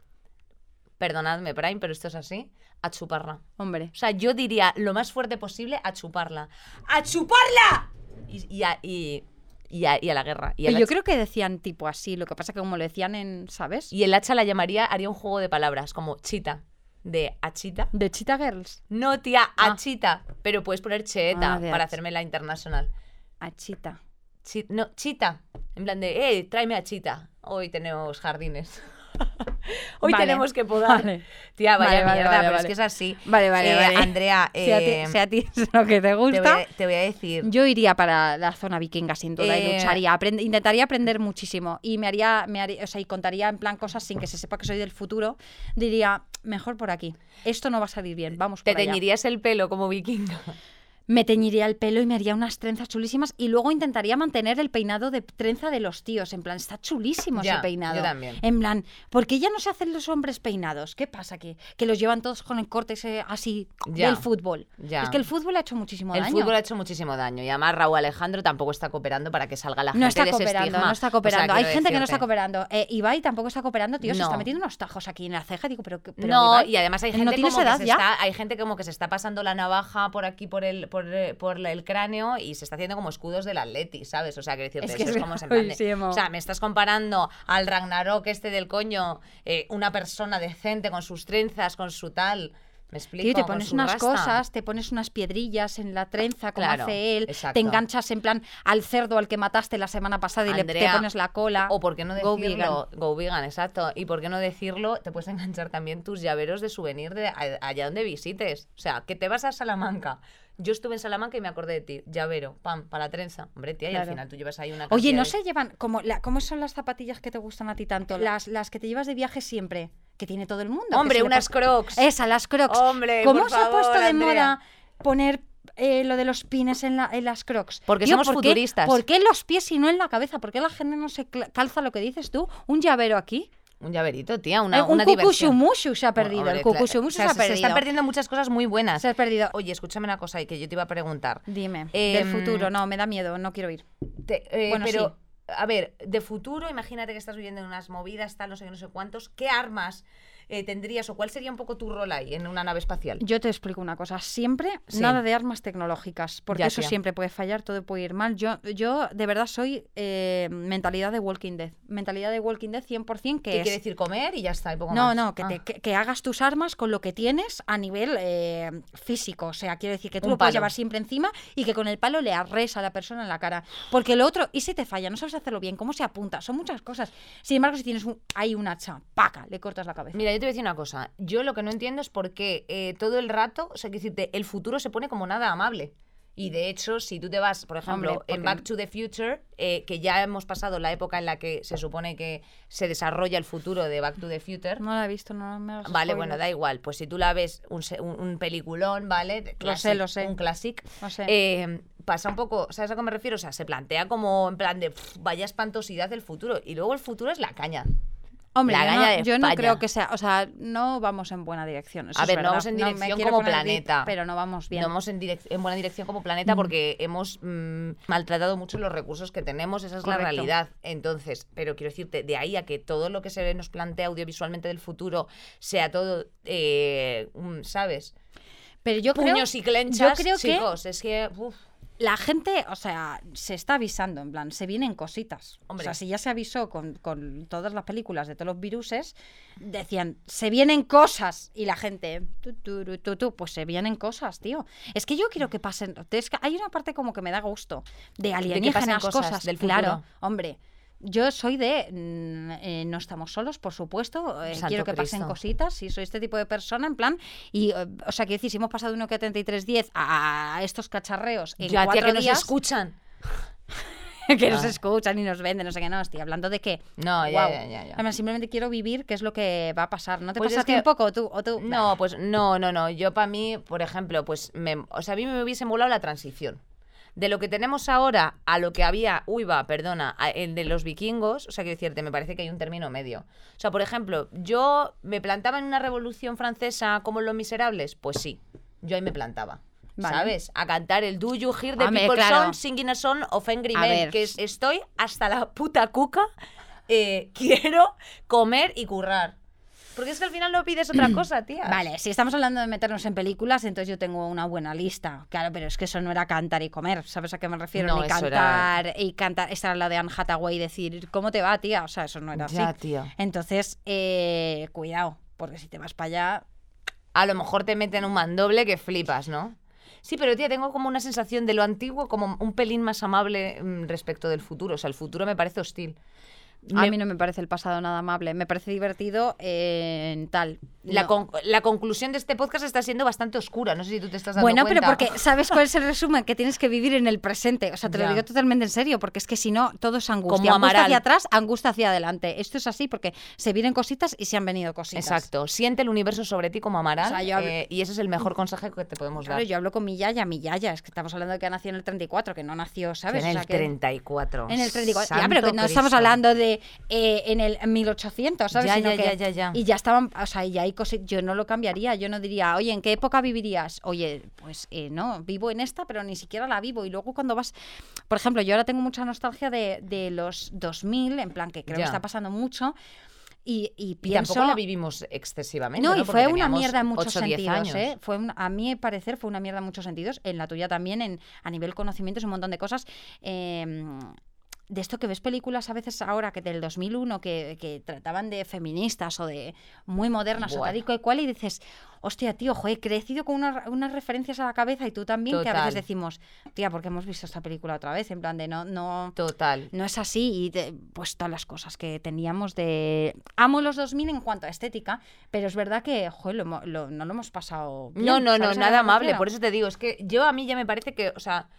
S1: perdonadme Prime, pero esto es así, a chuparla.
S2: Hombre.
S1: O sea, yo diría lo más fuerte posible a chuparla. ¡A chuparla! Y, y a, y- y a- y a la guerra. Y,
S2: Pero
S1: al
S2: Pues yo
S1: hacha-
S2: creo que decían tipo así, lo que pasa que como lo decían en, ¿sabes?
S1: y el hacha la llamaría, haría un juego de palabras, como chita, de achita.
S2: De Cheetah Girls.
S1: No, tía,
S2: Ah.
S1: achita. Pero puedes poner cheeta
S2: Ah, de
S1: para
S2: ach-
S1: hacerme la internacional.
S2: A Cheetah.
S1: Chi- no, chita. En plan de, eh, tráeme a chita. Hoy tenemos jardines. Hoy
S2: Vale.
S1: tenemos que podar.
S2: Vale.
S1: Tía, vaya
S2: Vale, vale,
S1: mierda,
S2: vale,
S1: pero es
S2: vale.
S1: que es así.
S2: Vale, vale,
S1: Eh,
S2: vale.
S1: Andrea,
S2: Si a ti-
S1: eh,
S2: si a ti es lo que te
S1: te, voy
S2: gusta.
S1: a, te voy a decir.
S2: Yo iría para la zona vikinga sin duda
S1: Eh,
S2: y lucharía, aprend- intentaría aprender muchísimo y me haría, me haría- o sea, y contaría en plan cosas sin que se sepa que soy del futuro. Diría, mejor por aquí. Esto no va a salir bien, vamos
S1: te
S2: por allá.
S1: teñirías el pelo como vikinga.
S2: Me teñiría el pelo y me haría unas trenzas chulísimas y luego intentaría mantener el peinado de trenza de los tíos. En plan, está chulísimo
S1: Ya,
S2: ese peinado.
S1: yo también.
S2: En plan, ¿por qué ya no se hacen los hombres peinados? ¿Qué pasa aquí? Que los llevan todos con el corte ese así
S1: Ya,
S2: del fútbol.
S1: ya.
S2: Es que el fútbol ha hecho muchísimo
S1: El
S2: daño.
S1: fútbol ha hecho muchísimo daño. Y además Raúl Alejandro tampoco está cooperando para que salga la gente
S2: no está
S1: de ese
S2: cooperando,
S1: estigma.
S2: no está
S1: O sea,
S2: cooperando. Hay
S1: quiero
S2: gente que no está
S1: decirte.
S2: cooperando. Eh, Ibai tampoco está cooperando, tío. Se
S1: No.
S2: está metiendo unos tajos aquí en la ceja. Digo, pero, qué- pero
S1: no,
S2: Ibai, eh,
S1: y además hay
S2: ¿no
S1: gente
S2: tienes
S1: como
S2: edad
S1: que se
S2: ya?
S1: está, hay gente como que se está pasando la navaja por aquí por el por, eh, por la- el cráneo y se está haciendo como escudos del Atleti, ¿sabes? O sea, quiero decirte,
S2: Es que
S1: eso
S2: es
S1: es como en plan de-
S2: gravísimo.
S1: O sea, me estás comparando al Ragnarok este del coño, eh, una persona decente con sus trenzas, con su tal, me explico,
S2: Tío, y te
S1: Con
S2: pones
S1: su
S2: unas
S1: rasta.
S2: cosas, te pones unas piedrillas en la trenza, como
S1: Claro,
S2: hace él,
S1: exacto.
S2: te enganchas en plan al cerdo al que mataste la semana pasada y le te
S1: Andrea,
S2: pones la cola.
S1: O por qué no
S2: Go
S1: decirlo, go vegan, exacto, y por qué no decirlo, te puedes enganchar también tus llaveros de souvenir de a- allá donde visites, o sea, que te vas a Salamanca. Yo estuve en Salamanca y me acordé de ti, llavero, pam, para la trenza. Hombre, tía, y al
S2: Claro.
S1: final tú llevas ahí una
S2: Oye,
S1: cantidad
S2: ¿no
S1: de-
S2: se llevan como la, cómo son las zapatillas que te gustan a ti tanto? Las, las que te llevas de viaje siempre, que tiene todo el mundo. que
S1: Hombre,
S2: si le Eh,
S1: unas
S2: pon-
S1: Crocs.
S2: Esa, las Crocs.
S1: Hombre,
S2: ¿Cómo
S1: por
S2: se ha puesto
S1: favor,
S2: de
S1: Andrea.
S2: moda poner eh, lo de los pines en, la- en las Crocs?
S1: Porque somos
S2: ¿por qué-
S1: futuristas.
S2: ¿Por qué los pies y no en la cabeza? ¿Por qué la gente no se cla- calza lo que dices tú? Un llavero aquí.
S1: Un llaverito, tía, una,
S2: Eh, un
S1: una diversión.
S2: cucuchumushu se ha perdido.
S1: Hombre,
S2: el
S1: claro.
S2: cucuchumushu
S1: O sea,
S2: se ha perdido.
S1: están perdiendo muchas cosas muy buenas.
S2: Se ha perdido.
S1: Oye, escúchame una cosa y que yo te iba a preguntar.
S2: Dime,
S1: Em,
S2: del futuro. No, me da miedo, no quiero ir.
S1: Te- eh,
S2: Bueno,
S1: pero,
S2: sí.
S1: a ver, de futuro, imagínate que estás viviendo en unas movidas, tal, no sé qué, no sé cuántos. ¿Qué armas eh, tendrías o cuál sería un poco tu rol ahí en una nave espacial?
S2: Yo te explico una cosa. Siempre
S1: Sí.
S2: nada de armas tecnológicas, porque
S1: Ya,
S2: eso
S1: tía.
S2: siempre puede fallar, todo puede ir mal. Yo, yo de verdad soy eh, mentalidad de Walking Dead. Mentalidad de Walking Dead 100% que
S1: ¿Qué
S2: es...
S1: quiere decir comer y ya está? y poco
S2: No,
S1: más?
S2: no, que, te-
S1: Ah.
S2: que- que hagas tus armas con lo que tienes a nivel eh, físico. O sea, quiero decir que tú
S1: Un
S2: lo puedes
S1: palo.
S2: llevar siempre encima y que con el palo le arres a la persona en la cara. Porque lo otro, ¿y si te falla? No sabes hacerlo bien, ¿cómo se apunta? Son muchas cosas. Sin embargo, si tienes un, ahí un hacha, paca, le cortas la cabeza.
S1: Mira, yo te voy a decir una cosa. Yo lo que no entiendo es por qué eh, todo el rato, o sea, que decirte, el futuro se pone como nada amable. Y de hecho, si tú te vas, por ejemplo,
S2: Hombre,
S1: en
S2: porque-
S1: Back to the Future, eh, que ya hemos pasado la época en la que se supone que se desarrolla el futuro de Back to the Future.
S2: No la he visto, no me hagas
S1: Vale,
S2: spoiler.
S1: bueno, da igual. Pues si tú la ves, un, se- un- un peliculón, ¿vale? De
S2: Lo sé,
S1: classic,
S2: lo sé.
S1: Un classic.
S2: No sé.
S1: Eh, pasa un poco, ¿sabes a qué me refiero? O sea, se plantea como en plan de "Pff, vaya espantosidad del futuro. Y luego el futuro es la caña.
S2: Hombre,
S1: La
S2: yo no-
S1: gaña de
S2: yo no
S1: España.
S2: creo que sea, o sea, no vamos en buena dirección. eso
S1: A
S2: es
S1: ver, no
S2: verdad.
S1: vamos en
S2: me
S1: dirección
S2: quiero
S1: como
S2: poner deep,
S1: planeta.
S2: pero no vamos bien.
S1: No hemos en, direc- en buena dirección como planeta porque hemos mm, maltratado mucho los recursos que tenemos, esa es la
S2: Correcto.
S1: realidad. Entonces, pero quiero decirte, de ahí a que todo lo que se nos plantea audiovisualmente del futuro sea todo, eh, mm, ¿sabes?
S2: pero yo creo,
S1: Puños y clenchas,
S2: yo creo que-
S1: chicos, es que... uf.
S2: la gente, o sea, se está avisando, en plan, se vienen cositas.
S1: Hombre.
S2: O sea, si ya se avisó con, con todas las películas de todos los viruses, decían, se vienen cosas. Y la gente, tu, tu, ru, tu, tu, pues se vienen cosas, tío. Es que yo quiero que pasen. Es que hay una parte como que me da gusto de alienígenas,
S1: cosas del futuro.
S2: Claro, hombre. Yo soy de mm, eh, no estamos solos, por supuesto. eh,
S1: Santo
S2: quiero que pasen
S1: Cristo.
S2: cositas. Si soy este tipo de persona, en plan. Y, eh, o sea, que decir, si hemos pasado de 1,73 a, a estos cacharreos en
S1: Ya, tía,
S2: cuatro
S1: que
S2: días,
S1: nos escuchan.
S2: que nos
S1: Ah.
S2: escuchan y nos venden, no sé qué, no, estoy hablando de qué.
S1: No, ya, ya, ya, ya.
S2: Además, simplemente quiero vivir qué es lo que va a pasar. ¿No te
S1: Pues
S2: pasa
S1: es
S2: a ti
S1: que-
S2: un poco tú? O tú?
S1: No, pues no, no, no. Yo para mí, por ejemplo, pues me- o sea, a mí me hubiese molado la transición. De lo que tenemos ahora a lo que había, uy, va, perdona, a- el de los vikingos, o sea, quiero decirte, me parece que hay un término medio. O sea, por ejemplo, yo me plantaba en una revolución francesa como en Los Miserables, pues sí, yo ahí me plantaba.
S2: Vale.
S1: ¿Sabes? A cantar el Do You Hear the
S2: Hombre,
S1: People
S2: claro.
S1: Song, Singing a Song of Angry
S2: A
S1: Men,
S2: ver.
S1: que es estoy hasta la puta cuca, eh, quiero comer y currar. Porque es que al final no pides otra cosa, tía.
S2: Vale, si estamos hablando de meternos en películas, entonces yo tengo una buena lista. Claro, pero es que eso no era cantar y comer, ¿sabes a qué me refiero?
S1: No,
S2: Ni
S1: eso era-
S2: cantar y cantar. Esta era la de Anne Hathaway, decir, ¿cómo te va, tía? O sea, eso no era
S1: Ya,
S2: así.
S1: tío.
S2: Entonces, eh, cuidado, porque si te vas para allá.
S1: A lo mejor te meten un mandoble que flipas, ¿no? Sí, pero tía, tengo como una sensación de lo antiguo como un pelín más amable mm, respecto del futuro. O sea, el futuro me parece hostil.
S2: A
S1: Me-
S2: mí no me parece el pasado nada amable, me parece divertido eh, en tal.
S1: la,
S2: No.
S1: con- la conclusión de este podcast está siendo bastante oscura. No sé si tú te estás dando
S2: Bueno,
S1: cuenta.
S2: pero porque sabes cuál es el resumen, que tienes que vivir en el presente. O sea, te
S1: Ya.
S2: lo digo totalmente en serio, porque es que si no, todo es angustia.
S1: Como Amaral.
S2: angustia hacia atrás, angustia hacia adelante. Esto es así porque se vienen cositas y se han venido cositas.
S1: Exacto. Siente el universo sobre ti como Amaral.
S2: O sea, yo hablo-
S1: eh, y ese es el mejor consejo que te podemos
S2: Claro,
S1: dar.
S2: yo hablo con mi yaya, mi yaya, es que estamos hablando de que ha nacido en el 34, que no nació,
S1: Que
S2: ¿sabes?
S1: en
S2: O sea,
S1: el
S2: que-
S1: 34.
S2: En el 34. ya,
S1: Santo
S2: pero que no estamos
S1: Cristo.
S2: hablando de eh, en el 1800, ¿sabes?
S1: Ya,
S2: Sino
S1: ya,
S2: que-
S1: ya, ya, ya.
S2: Y ya estaban, o sea, y hay cosas, yo no lo cambiaría, yo no diría, oye, ¿en qué época vivirías? Oye, pues eh, no, vivo en esta, pero ni siquiera la vivo. Y luego cuando vas, por ejemplo, yo ahora tengo mucha nostalgia de, de los 2000, en plan que creo
S1: Ya.
S2: que está pasando mucho. Y, y
S1: Y
S2: pienso...
S1: tampoco la vivimos excesivamente.
S2: No, y
S1: Porque
S2: fue una
S1: teníamos
S2: mierda en muchos
S1: 8 o 10
S2: sentidos,
S1: años.
S2: ¿eh? Fue un- a mi parecer fue una mierda en muchos sentidos, en la tuya también, en, a nivel conocimientos, un montón de cosas. eh, de esto que ves películas a veces ahora que del 2001 que, que trataban de feministas o de muy modernas o
S1: Buah.
S2: tal y cu- cual y dices, hostia, tío, joder, he crecido con una- unas referencias a la cabeza y tú también que a
S1: Total.
S2: veces decimos, tía, porque hemos visto esta película otra vez, en plan de no, no,
S1: Total.
S2: no es así y de- pues todas las cosas que teníamos de... Amo los 2000 en cuanto a estética, pero es verdad que joder, lo hemo- lo- no lo hemos pasado... bien,
S1: No, no, no,
S2: ¿sabes a qué me
S1: nada amable.
S2: refiero?
S1: Por eso te digo, es que yo a mí ya me parece que, o sea,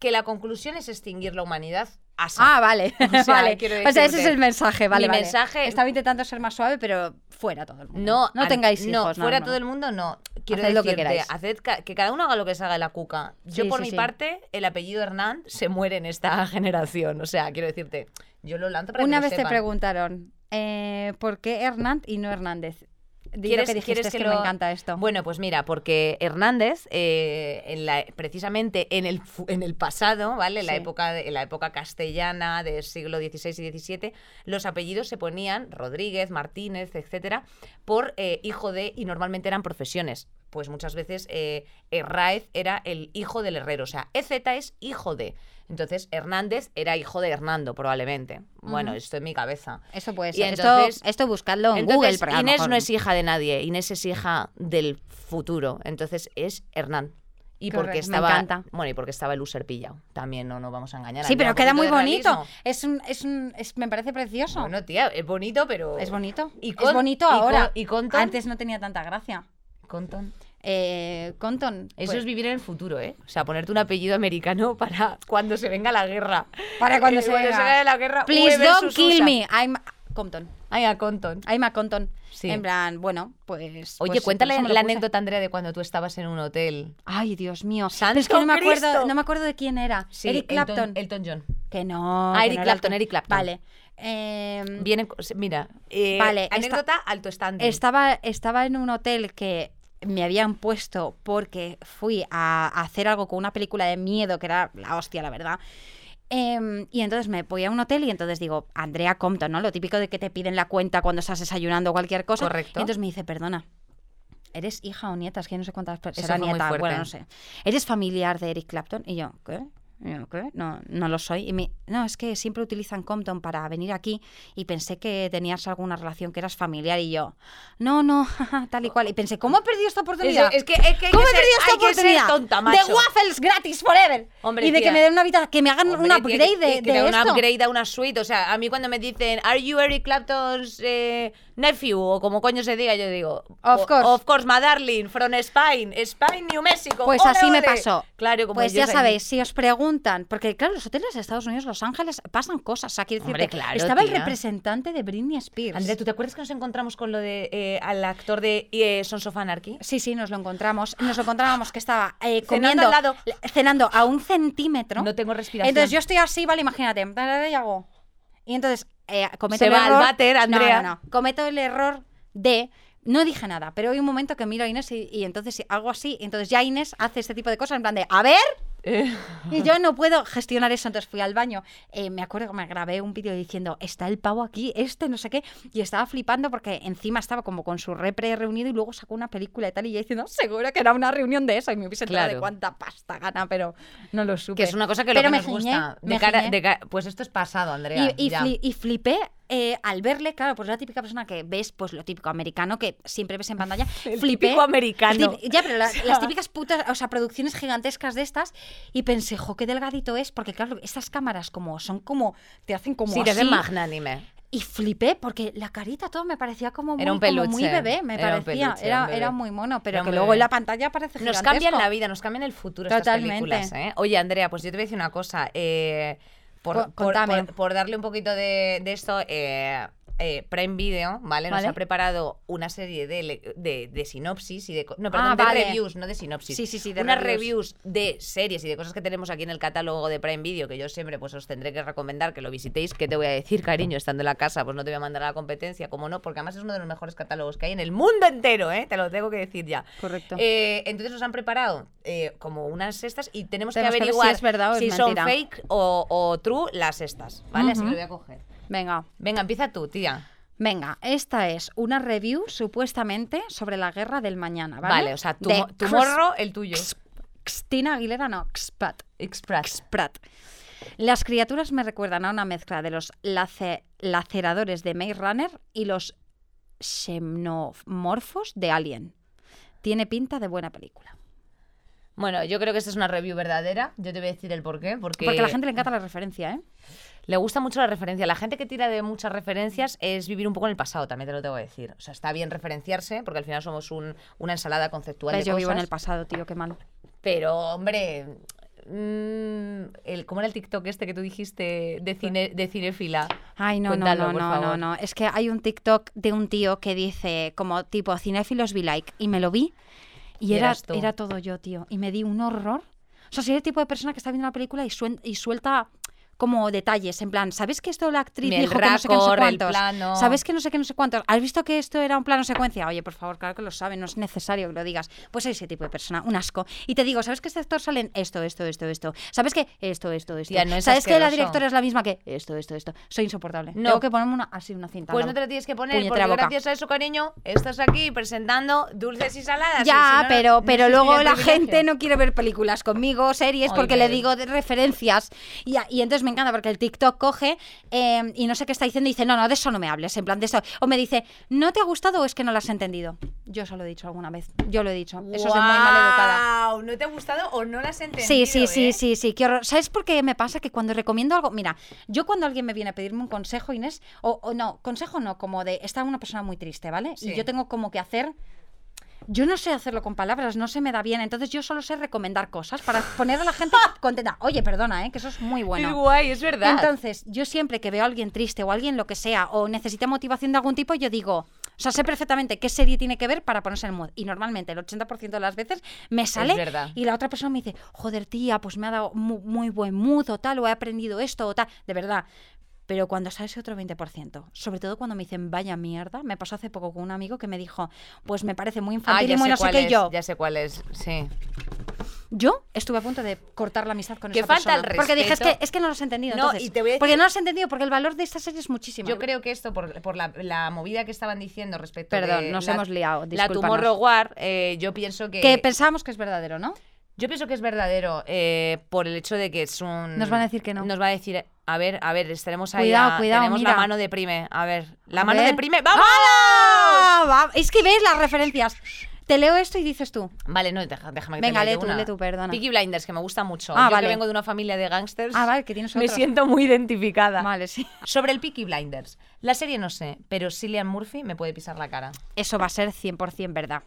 S1: que la conclusión es extinguir la humanidad. Asa.
S2: Ah, vale,
S1: O sea,
S2: vale.
S1: quiero
S2: O sea, ese
S1: decirte,
S2: es el mensaje, vale,
S1: mi
S2: vale.
S1: mensaje-
S2: Estaba intentando ser más suave, pero fuera todo el mundo.
S1: no,
S2: no
S1: an-
S2: tengáis hijos.
S1: No, fuera
S2: no.
S1: todo el mundo, no. Quiero
S2: Haced lo que
S1: decirte,
S2: queráis.
S1: haced ca- que cada uno haga lo que se haga de la cuca. Yo,
S2: Sí,
S1: por
S2: sí,
S1: mi
S2: sí.
S1: parte, el apellido Hernán se muere en esta generación. O sea, quiero decirte, yo lo lanzo para que
S2: Una
S1: lo
S2: vez te
S1: sepan.
S2: preguntaron, eh, ¿por qué Hernández y no Hernández? Di lo que dijiste, es que me
S1: lo-
S2: encanta esto.
S1: Bueno, pues mira, porque Hernández, eh, en la- precisamente en el, fu- en el pasado, ¿vale? En, la
S2: Sí.
S1: época, de- en la época castellana del siglo XVI y XVII, los apellidos se ponían Rodríguez, Martínez, etcétera, por eh, hijo de, y normalmente eran profesiones. Pues muchas veces eh, Herráez era el hijo del herrero, o sea, EZ es hijo de. Entonces Hernández era hijo de Hernando, probablemente. Bueno,
S2: Ujú.
S1: esto en mi cabeza.
S2: Eso puede
S1: y
S2: ser. Esto-
S1: entonces-
S2: esto, buscadlo en Google.
S1: Entonces,
S2: porque a lo
S1: Inés
S2: mejor-
S1: no es hija de nadie, Inés es hija del futuro, entonces es Hernán. Y porque
S2: Correcto, me
S1: estaba,
S2: encanta.
S1: bueno, y porque estaba el loser pillado. También no nos vamos a engañar.
S2: Sí,
S1: había
S2: pero
S1: un
S2: queda
S1: poquito
S2: muy
S1: de
S2: bonito.
S1: realismo.
S2: Es un, es un, es- me parece precioso.
S1: Bueno, tía, es bonito, pero
S2: es bonito.
S1: y
S2: es
S1: con-
S2: bonito
S1: y con-
S2: ahora.
S1: y Compton.
S2: Antes no tenía tanta gracia.
S1: Compton.
S2: Eh, Compton.
S1: Eso
S2: pues,
S1: es vivir en el futuro, ¿eh? O sea, ponerte un apellido americano para cuando se venga la guerra.
S2: Para cuando
S1: Eh,
S2: se
S1: cuando
S2: venga.
S1: la guerra.
S2: Please
S1: V
S2: don't
S1: versus
S2: kill
S1: USA.
S2: me. pues I'm Compton.
S1: Ay, a Compton.
S2: I'm a Compton.
S1: Sí.
S2: En plan, bueno, pues.
S1: Oye,
S2: pues,
S1: cuéntale
S2: por eso me lo
S1: la
S2: puse.
S1: anécdota, Andrea, de cuando tú estabas en un hotel.
S2: Ay, Dios mío.
S1: ¡Santo
S2: Pero es que no me acuerdo,
S1: Cristo!
S2: no me acuerdo de quién era. Eric
S1: Elton-
S2: Clapton.
S1: Elton John.
S2: Que no.
S1: Ah,
S2: que
S1: Eric
S2: no era
S1: Clapton,
S2: alto.
S1: Eric Clapton.
S2: Vale. Em,
S1: Viene, co- se- mira, eh,
S2: Vale, esta-
S1: anécdota alto standing.
S2: Estaba, estaba en un hotel que me habían puesto porque fui a, a hacer algo con una película de miedo que era la hostia, la verdad. Em, y entonces me voy a un hotel y entonces digo, Andrea Compton, ¿no? Lo típico de que te piden la cuenta cuando estás desayunando o cualquier cosa.
S1: Correcto.
S2: Y entonces me dice, perdona, ¿eres hija o nieta? Es que no sé cuántas
S1: Eso
S2: personas. Será
S1: fue muy
S2: nieta,
S1: fuerte.
S2: bueno, no sé. ¿Eres familiar de Eric Clapton? Y yo, ¿qué? Y yo, ¿qué? No, no lo soy. Y me, no, es que siempre utilizan Compton para venir aquí y pensé que tenías alguna relación, que eras familiar. Y yo, no, no, jaja, tal y cual. Y pensé, ¿cómo he perdido esta oportunidad?
S1: Eso, es que- es que hay
S2: ¿Cómo
S1: que ser-
S2: he perdido esta
S1: hay que ser
S2: oportunidad?
S1: tonta,
S2: De
S1: macho.
S2: waffles gratis forever.
S1: Hombre,
S2: y de
S1: tía.
S2: que me den una habitación, que me hagan
S1: Hombre,
S2: un
S1: tía,
S2: upgrade
S1: que-
S2: de,
S1: que- que
S2: de
S1: da
S2: esto.
S1: un upgrade a una suite. O sea, a mí cuando me dicen, ¿Are you Eric Clapton's eh, nephew? O como coño se diga, yo digo,
S2: Of
S1: "O-
S2: course.
S1: Of course, my darling, from Spain, Spain, New Mexico.
S2: Pues
S1: Ole,
S2: así me
S1: ole".
S2: pasó.
S1: Claro, como
S2: pues
S1: yo
S2: ya
S1: soy-
S2: sabéis, si os preguntan, porque claro, los hoteles de Estados Unidos, Los Ángeles, pasan cosas. O sea, quiero
S1: Hombre,
S2: decirte,
S1: claro,
S2: estaba el
S1: tía.
S2: representante de Britney Spears.
S1: Andrea, ¿tú te acuerdas que nos encontramos con lo de eh, al actor de eh, Sons of Anarchy?
S2: Sí, sí, nos lo encontramos. Nos lo encontrábamos que estaba eh,
S1: Cenando
S2: comiendo,
S1: al lado.
S2: le- cenando a un centímetro.
S1: No tengo respiración.
S2: Entonces yo estoy así, vale, imagínate, y hago. Y entonces eh, cometo
S1: Se
S2: el
S1: va al
S2: error.
S1: váter,
S2: No,
S1: Andrea.
S2: No, no, Cometo el error de. No dije nada, pero hay un momento que miro a Inés y, y entonces hago así. Y entonces ya Inés hace este tipo de cosas en plan de, a ver,
S1: Eh,
S2: y yo no puedo gestionar eso, entonces fui al baño. Eh, me acuerdo que me grabé un vídeo diciendo, está el pavo aquí, este, no sé qué. Y estaba flipando porque encima estaba como con su repre reunido y luego sacó una película y tal. Y yo diciendo, seguro que era una reunión de eso. Y me hubiese enterado de
S1: Claro.
S2: cuánta pasta gana, pero no lo supe.
S1: que es una cosa que lo
S2: Pero
S1: que
S2: me
S1: nos
S2: giñé,
S1: gusta. De
S2: me
S1: cara,
S2: giñé.
S1: de ca- pues esto es pasado, Andrea.
S2: Y, y
S1: ya.
S2: fli- y flipé eh, al verle, claro, pues la típica persona que ves, pues lo típico americano que siempre ves en pantalla.
S1: El
S2: flipé.
S1: típico americano.
S2: El típ- ya, pero la- las típicas putas, o sea, producciones gigantescas de estas. Y pensé, jo, qué delgadito es, porque claro, estas cámaras como son como, te hacen como
S1: Sí, te
S2: así.
S1: hacen magnánime.
S2: Y flipé porque la carita todo me parecía como muy,
S1: Era un
S2: como muy
S1: peluche,
S2: bebé, me
S1: era un
S2: parecía.
S1: peluche,
S2: era,
S1: un bebé.
S2: era muy mono, pero
S1: Era un
S2: que luego
S1: bebé.
S2: en la pantalla parece
S1: Nos
S2: gigantesco.
S1: cambian la vida, nos cambian el futuro
S2: Totalmente.
S1: estas películas. ¿eh? Oye, Andrea, pues yo te voy a decir una cosa. eh, por,
S2: Co-
S1: por-
S2: contame.
S1: por- por darle un poquito de, de esto, eh, eh, Prime Video, ¿vale? Nos
S2: Vale.
S1: ha preparado una serie de, le- de- de sinopsis y de... co- No,
S2: Ah,
S1: perdón, de
S2: vale.
S1: reviews, no de sinopsis.
S2: Sí, sí, sí, de
S1: Unas
S2: reviews.
S1: reviews de series y de cosas que tenemos aquí en el catálogo de Prime Video, que yo siempre pues os tendré que recomendar que lo visitéis. ¿Qué te voy a decir, cariño? Estando en la casa, pues no te voy a mandar a la competencia, como no, porque además es uno de los mejores catálogos que hay en el mundo entero, ¿eh? Te lo tengo que decir ya.
S2: Correcto.
S1: Eh, entonces nos han preparado eh, como unas estas y tenemos,
S2: Tenemos que
S1: que
S2: ver si
S1: averiguar
S2: es verdad o es
S1: si
S2: mentira.
S1: son fake o, o true las estas, ¿vale? Así que
S2: Ujú.
S1: lo voy a coger.
S2: Venga.
S1: Venga, empieza tú, tía.
S2: Venga, esta es una review supuestamente sobre la guerra del mañana,
S1: Vale,
S2: ¿vale?
S1: o sea, tu,
S2: De
S1: mo- tu
S2: Chris-
S1: morro, el tuyo.
S2: Christina Aguilera, no, Xpat.
S1: Express.
S2: Pratt. Las criaturas me recuerdan a una mezcla de los lace- laceradores de Maze Runner y los xenomorfos de Alien. Tiene pinta de buena película.
S1: Bueno, yo creo que esta es una review verdadera. Yo te voy a decir el por qué. Porque,
S2: Porque a la gente le encanta la referencia, ¿eh?
S1: le gusta mucho la referencia. La gente que tira de muchas referencias es vivir un poco en el pasado, también te lo tengo que decir. O sea, está bien referenciarse porque al final somos un- una ensalada conceptual
S2: Ves,
S1: de
S2: yo vivo en
S1: cosas.
S2: el pasado, tío, qué mal.
S1: Pero, hombre, mm, el, ¿cómo era el TikTok este que tú dijiste de,
S2: Pues
S1: cine, de cinefila?
S2: Ay, no,
S1: Cuéntalo,
S2: no,
S1: por
S2: no, no, no,
S1: favor.
S2: no. Es que hay un TikTok de un tío que dice como tipo cinéfilos be like y me lo vi y,
S1: Y
S2: era,
S1: eras tú.
S2: era todo yo, tío. Y me di un horror. O sea, soy el tipo de persona que está viendo una película y, suen- y suelta como detalles, en plan, ¿sabes que esto la actriz
S1: El
S2: dijo que no sé qué, no sé
S1: raccord, el
S2: cuántos?
S1: plano.
S2: ¿Sabes que no sé qué, no sé cuántos? ¿Has visto que esto era un plano secuencia? Oye, por favor, claro que lo saben, no es necesario que lo digas. Pues soy ese tipo de persona, un asco. Y te digo, ¿sabes que este actor sale en esto, esto, esto, esto? ¿Sabes que esto, esto, esto?
S1: Tía, no es
S2: ¿Sabes que la
S1: asqueroso.
S2: directora es la misma que esto, esto, esto. Soy insoportable.
S1: No.
S2: Tengo que ponerme una, así una cinta.
S1: Pues
S2: al
S1: no te
S2: lado.
S1: lo tienes que poner,
S2: Puñetera
S1: porque
S2: boca.
S1: gracias a eso, cariño, estás aquí presentando dulces y saladas.
S2: Ya,
S1: y si no, no-
S2: pero,
S1: no
S2: pero
S1: existiría
S2: luego
S1: el
S2: la
S1: privilegio.
S2: gente no quiere ver películas conmigo, series, porque le
S1: Oye.
S2: digo de referencias. Y, a- y entonces me encanta porque el TikTok coge eh, y no sé qué está diciendo y dice, no, no, de eso no me hables, en plan de eso. O me dice, ¿no te ha gustado o es que no lo has entendido? Yo se lo he dicho alguna vez, yo lo he dicho. Eso soy muy maleducada.
S1: Guau, ¿No te ha gustado o no la has entendido?
S2: Sí, sí, sí,
S1: eh?
S2: sí, sí, qué horror. ¿Sabes por qué me pasa? Que cuando recomiendo algo, mira, yo cuando alguien me viene a pedirme un consejo, Inés, o, o no, consejo no, como de, está una persona muy triste, ¿vale? Y
S1: Sí.
S2: yo tengo como que hacer... Yo no sé hacerlo con palabras, no se me da bien, entonces yo solo sé recomendar cosas para poner a la gente contenta. Oye, perdona, ¿eh? que eso es muy
S1: Es
S2: bueno.
S1: guay, es verdad.
S2: Entonces, yo siempre que veo a alguien triste o a alguien lo que sea, o necesita motivación de algún tipo, yo digo, O sea, sé perfectamente qué serie tiene que ver para ponerse en el mood. Y normalmente el 80% de las veces me sale
S1: verdad.
S2: y la otra persona me dice, joder, tía, pues me ha dado mu- muy, buen mood o tal, o he aprendido esto o tal. De verdad. Pero cuando sale ese otro 20%, sobre todo cuando me dicen, vaya mierda, me pasó hace poco con un amigo que me dijo, pues me parece muy
S1: Ah,
S2: infantil
S1: ya
S2: y muy
S1: sé,
S2: no sé
S1: cuál
S2: qué. Y
S1: es,
S2: yo,
S1: ya sé cuál es, sí.
S2: yo estuve a punto de cortar la amistad con
S1: Que
S2: esa
S1: falta el
S2: persona. Porque dije, es que,
S1: respeto.
S2: es que no lo has entendido.
S1: No,
S2: entonces".
S1: y te voy a decir-
S2: Porque no lo has entendido, porque el valor de esta serie es muchísimo.
S1: Yo creo que esto, por, por la, la movida que estaban diciendo respecto
S2: Perdón,
S1: de
S2: nos
S1: la,
S2: hemos liado,
S1: La
S2: discúlpanos.
S1: Tomorrow War, eh, yo pienso que...
S2: Que pensábamos que es verdadero, ¿no?
S1: Yo pienso que es verdadero eh, por el hecho de que es un...
S2: Nos van a decir que no.
S1: Nos van a decir, a ver, a ver, estaremos ahí.
S2: Cuidado,
S1: a-
S2: cuidado,
S1: Tenemos la
S2: mira.
S1: mano deprime. A ver, la
S2: A
S1: mano
S2: ver.
S1: deprime. ¡Vamos!
S2: Ah, va- Es que ves las referencias. Te leo esto y dices tú.
S1: Vale, no, deja- déjame que
S2: Venga,
S1: te lea
S2: lee
S1: yo
S2: tú,
S1: una.
S2: lee tú, perdona.
S1: Peaky Blinders, que me gusta mucho.
S2: Ah,
S1: yo
S2: vale.
S1: que vengo de una familia de gangsters.
S2: Ah, vale, que tienes
S1: Me
S2: otro.
S1: siento muy identificada.
S2: Vale, sí.
S1: Sobre el Peaky Blinders. La serie no sé, pero Cillian Murphy me puede pisar la cara.
S2: Eso va a ser 100% verdad.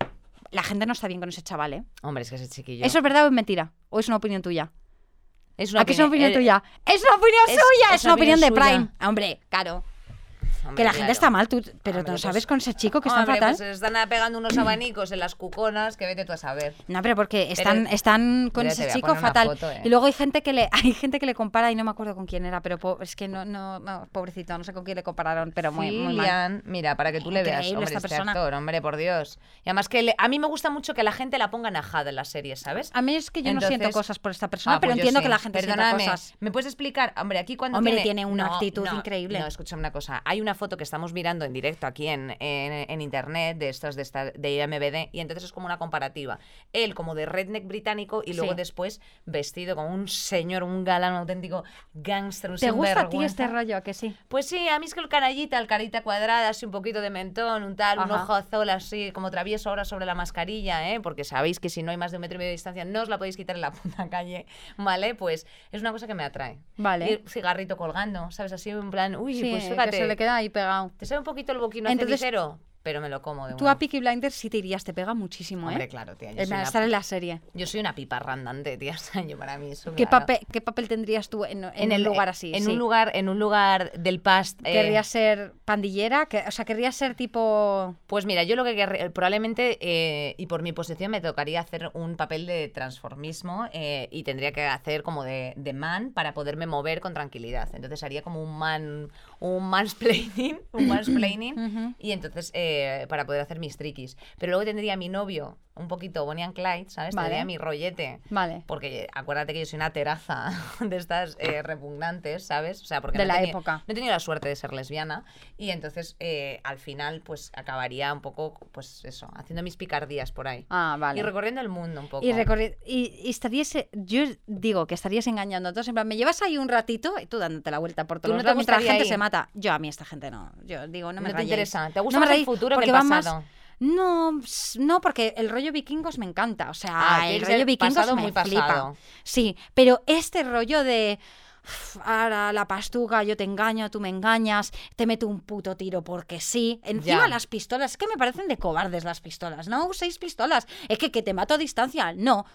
S2: La gente no está bien con ese chaval, ¿eh?
S1: Hombre, es que ese chiquillo.
S2: ¿Eso es verdad o es mentira? ¿O es una opinión tuya?
S1: es
S2: Aquí es una opinión
S1: eh,
S2: tuya. ¡Es una opinión
S1: es-
S2: suya!
S1: es
S2: Es, una opinión, de
S1: opinión
S2: Prime.
S1: suya.
S2: Ah, Hombre, claro.
S1: hombre,
S2: Que la
S1: claro.
S2: gente está mal, tú, pero
S1: Hombre,
S2: no
S1: pues-
S2: sabes con ese chico que está
S1: Hombre,
S2: fatal.
S1: pues se están pegando unos abanicos en las cuconas que vete tú a saber.
S2: No, pero porque están,
S1: Pero-
S2: están con
S1: Mira, te voy
S2: ese
S1: a
S2: chico
S1: poner una
S2: fatal.
S1: foto, eh.
S2: Y luego hay gente que le, hay gente que le compara y no me acuerdo con quién era, pero po- es que no, no, no, pobrecito, no sé con quién le compararon, pero muy, muy mal.
S1: Cillian, mira, para que tú le veas,
S2: Increíble
S1: hombre,
S2: esta
S1: este
S2: persona.
S1: actor, hombre, por Dios. Y además que le- a mí me gusta mucho que la gente la ponga najada en las series, ¿sabes?
S2: A mí es que yo no siento
S1: Entonces-
S2: cosas por esta persona,
S1: Ah,
S2: pero
S1: pues yo
S2: entiendo
S1: sí.
S2: que la gente
S1: Perdóname,
S2: siente cosas.
S1: ¿Me puedes explicar? Hombre, aquí cuando
S2: Hombre, tiene una actitud increíble.
S1: No, escúchame una cosa. Hay una foto que estamos mirando en directo aquí en, en- en internet de estos de, esta, de IMBD y entonces es como una comparativa. Él como de redneck británico y luego
S2: Sí.
S1: después vestido como un señor, un galán, un auténtico gángster, un
S2: ¿Te gusta a ti
S1: sinvergüenza.
S2: este rollo? ¿a que sí?
S1: Pues sí, a mí es que el canallita, el carita cuadrada, así un poquito de mentón, un tal, un
S2: Ajá.
S1: ojo azul así, como travieso ahora sobre la mascarilla, ¿eh? Porque sabéis que si no hay más de un metro y medio de distancia, no os la podéis quitar en la puta calle, ¿vale? Pues es una cosa que me atrae.
S2: Vale.
S1: Y el cigarrito colgando, ¿sabes? Así en plan, uy,
S2: Sí, eh,
S1: pues
S2: que se le
S1: fíjate,
S2: queda ahí pegado.
S1: te sale un poquito el boquino
S2: Entonces,
S1: cero, pero me lo como de
S2: Tú
S1: una.
S2: a Peaky Blinders sí te irías, te pega muchísimo,
S1: Hombre,
S2: ¿eh?
S1: claro, tía, yo
S2: El
S1: soy, una,
S2: estar en la serie.
S1: yo soy una pipa randante, tía, o sea, yo para mí eso,
S2: ¿Qué,
S1: claro.
S2: papel, ¿Qué papel tendrías tú en, en un lugar así?
S1: En
S2: sí?
S1: un lugar, en un lugar del past. eh,
S2: ¿Querrías ser pandillera? Que- O sea, ¿querrías ser tipo
S1: Pues mira, yo lo que querré- probablemente, eh, y por mi posición, me tocaría hacer un papel de transformismo eh, y tendría que hacer como de, de man para poderme mover con tranquilidad. Entonces haría como un man, un mansplaining, un mansplaining, y entonces eh, para poder hacer mis triquis. Pero luego tendría a mi novio, un poquito Bonnie and Clyde, ¿sabes?
S2: Vale.
S1: Tendría mi rollete.
S2: Vale.
S1: Porque eh, acuérdate que yo soy una teraza de estas eh, repugnantes, ¿sabes? O sea, porque
S2: De
S1: no he
S2: la
S1: teni-
S2: época.
S1: No he tenido la suerte de ser lesbiana y entonces eh, al final pues acabaría un poco, pues eso, haciendo mis picardías por ahí.
S2: Ah, vale.
S1: Y recorriendo el mundo un poco.
S2: Y, recorri- y- y estarías, eh, yo digo que estarías engañando. Entonces, en plan, me llevas ahí un ratito y tú dándote la vuelta por
S1: ¿Tú
S2: todos
S1: no
S2: los
S1: te
S2: lados mientras la
S1: gustaría
S2: gente
S1: ir?
S2: se mata. Yo a mí esta gente no. Yo digo, no me
S1: No te
S2: rayéis.
S1: interesa. ¿Te gusta
S2: No me
S1: más el
S2: rayéis,
S1: futuro que
S2: porque
S1: el
S2: va
S1: pasado?
S2: más- No, s- no, porque el rollo vikingos me encanta. O sea,
S1: Ah, tiene
S2: el
S1: que
S2: rollo
S1: ser
S2: vikingos
S1: pasado
S2: me
S1: muy
S2: flipa.
S1: pasado.
S2: Sí, pero este rollo de "Uf, ahora la pastuga, yo te engaño, tú me engañas, te meto un puto tiro porque sí. Encima
S1: Ya.
S2: las pistolas, es que me parecen de cobardes las pistolas. No uséis pistolas, es que, que te mato a distancia. No,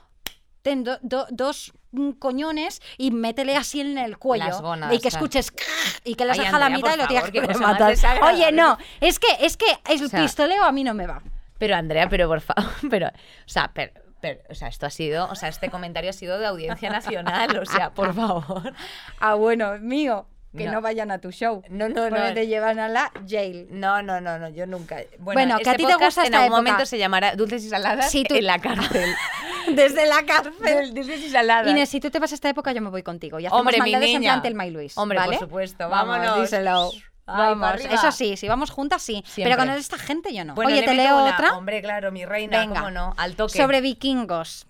S2: ten do- do- dos mm, coñones y métele así en el cuello.
S1: Las gonas,
S2: y que
S1: claro.
S2: escuches "Crrr", y que las
S1: Ay,
S2: deja a la
S1: Andrea,
S2: mitad
S1: por
S2: y lo
S1: favor,
S2: tienes
S1: qué
S2: que
S1: cosa más
S2: matar.
S1: desagradable.
S2: Oye, no, es que, es que el
S1: O sea,
S2: pistoleo a mí no me va.
S1: Pero Andrea, pero por favor, pero, o sea, pero, pero, o sea, esto ha sido, o sea, este comentario ha sido de audiencia nacional, o sea, por favor.
S2: Ah, bueno, mío, que
S1: No.
S2: no, vayan a tu show.
S1: No, no,
S2: porque
S1: no.
S2: te llevan a la jail.
S1: No, no, no, no, yo nunca. este
S2: Bueno, que a ti te
S1: podcast
S2: gusta
S1: en
S2: esta
S1: algún
S2: época.
S1: momento se llamará Dulces y Saladas
S2: Sí, tú-
S1: en la cárcel.
S2: Desde la cárcel.
S1: Dulces y Saladas.
S2: Inés, si tú te vas a esta época, yo me voy contigo. Y hacemos
S1: Hombre, mi
S2: maldades en
S1: niña.
S2: plan Telma y Luis.
S1: Hombre, por
S2: ¿vale?
S1: supuesto, vámonos.
S2: Vamos, díselo.
S1: Ay, para
S2: Vamos,
S1: arriba.
S2: eso sí, si vamos juntas, sí.
S1: Siempre.
S2: Pero con esta gente yo no.
S1: Bueno,
S2: Oye,
S1: le
S2: te
S1: meto
S2: leo
S1: una.
S2: otra.
S1: Hombre, claro, mi reina,
S2: Venga.
S1: cómo no, al toque. Eh,
S2: Sobre vikingos.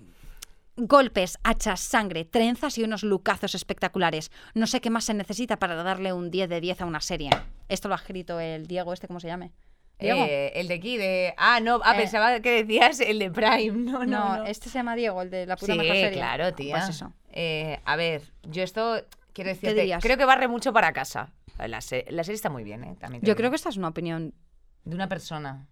S2: Golpes, hachas, sangre, trenzas y unos lucazos espectaculares. No sé qué más se necesita para darle un 10 de 10 a una serie. Esto lo ha escrito el Diego, este, ¿cómo se llame? Diego.
S1: Eh, el de aquí de ah no ah
S2: Eh.
S1: pensaba que decías el de Prime no no,
S2: no,
S1: no.
S2: este se llama Diego, el de la puta
S1: sí
S2: mejor serie.
S1: claro tía
S2: Pues eso.
S1: Eh, a ver yo esto quiero decirte
S2: dirías?
S1: creo que barre mucho para casa la, se- la serie está muy bien eh, también te
S2: Yo
S1: digo.
S2: creo que esta es una opinión
S1: de una persona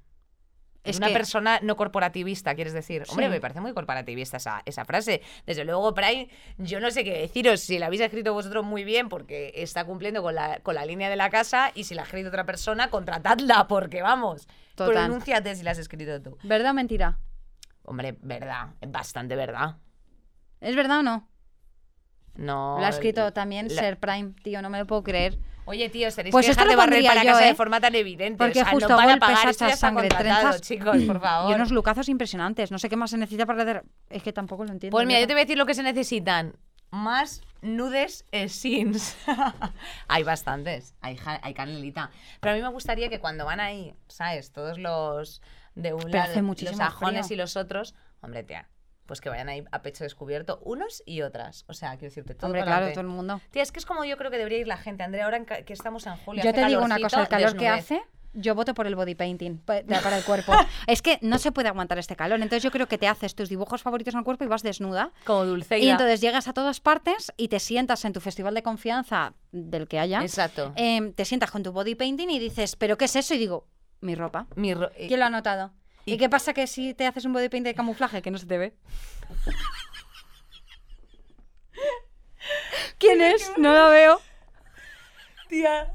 S2: Es
S1: una
S2: que-
S1: persona no corporativista, quieres decir. Hombre,
S2: Sí.
S1: me parece muy corporativista esa, esa frase. Desde luego, Prime, yo no sé qué deciros. Si la habéis escrito vosotros muy bien, porque está cumpliendo con la, con la línea de la casa, y si la ha escrito otra persona, contratadla, porque vamos.
S2: Total.
S1: Pronúnciate si la has escrito tú.
S2: ¿Verdad o mentira?
S1: Hombre, verdad, bastante verdad.
S2: ¿Es verdad o no?
S1: No.
S2: Lo ha escrito también
S1: la-
S2: Ser Prime, tío, no me lo puedo creer.
S1: Oye, tío, tenéis
S2: Pues
S1: que
S2: esto
S1: dejar
S2: lo
S1: de barrer
S2: pondría
S1: para
S2: yo,
S1: casa
S2: ¿eh?
S1: de forma tan evidente.
S2: Porque
S1: o sea,
S2: justo
S1: ah, no van a
S2: golpes,
S1: pagar, esto ya
S2: hachas,
S1: está
S2: sangre,
S1: contratado,
S2: trenzas.
S1: chicos, por favor.
S2: Y unos lucazos impresionantes. No sé qué más se necesita para hacer. Es que tampoco lo entiendo.
S1: Pues mira, yo te
S2: neta.
S1: voy a decir lo que se necesitan. Más nudes eh, scenes. hay bastantes. Hay, ja- hay canelita. Pero a mí me gustaría que cuando van ahí, ¿sabes? Todos los de un
S2: Pero hace
S1: lado, los
S2: muchísimo
S1: sajones
S2: frío.
S1: y los otros. Hombre, tía. Pues que vayan ahí a pecho descubierto unos y otras. O sea, quiero decirte, todo
S2: Hombre,
S1: para
S2: claro,
S1: adelante.
S2: todo el mundo.
S1: Tía, es que es como yo creo que debería ir la gente, Andrea, ahora en ca- que estamos en julio.
S2: Yo
S1: hace
S2: te digo una cosa, el
S1: calorcito,
S2: calor que
S1: desnudez.
S2: hace, yo voto por el body painting pa- de- para el cuerpo. es que no se puede aguantar este calor, entonces yo creo que te haces tus dibujos favoritos en el cuerpo y vas desnuda.
S1: Como dulceida.
S2: Y entonces llegas a todas partes y te sientas en tu festival de confianza del que haya.
S1: Exacto.
S2: em, te sientas con tu body painting y dices, ¿pero qué es eso? Y digo, mi ropa.
S1: Mi ro- eh,
S2: ¿Quién lo ha notado? ¿Y,
S1: y-
S2: qué pasa que si te haces un body painting de camuflaje que no se te ve? ¿Quién es? No lo veo.
S1: Tía.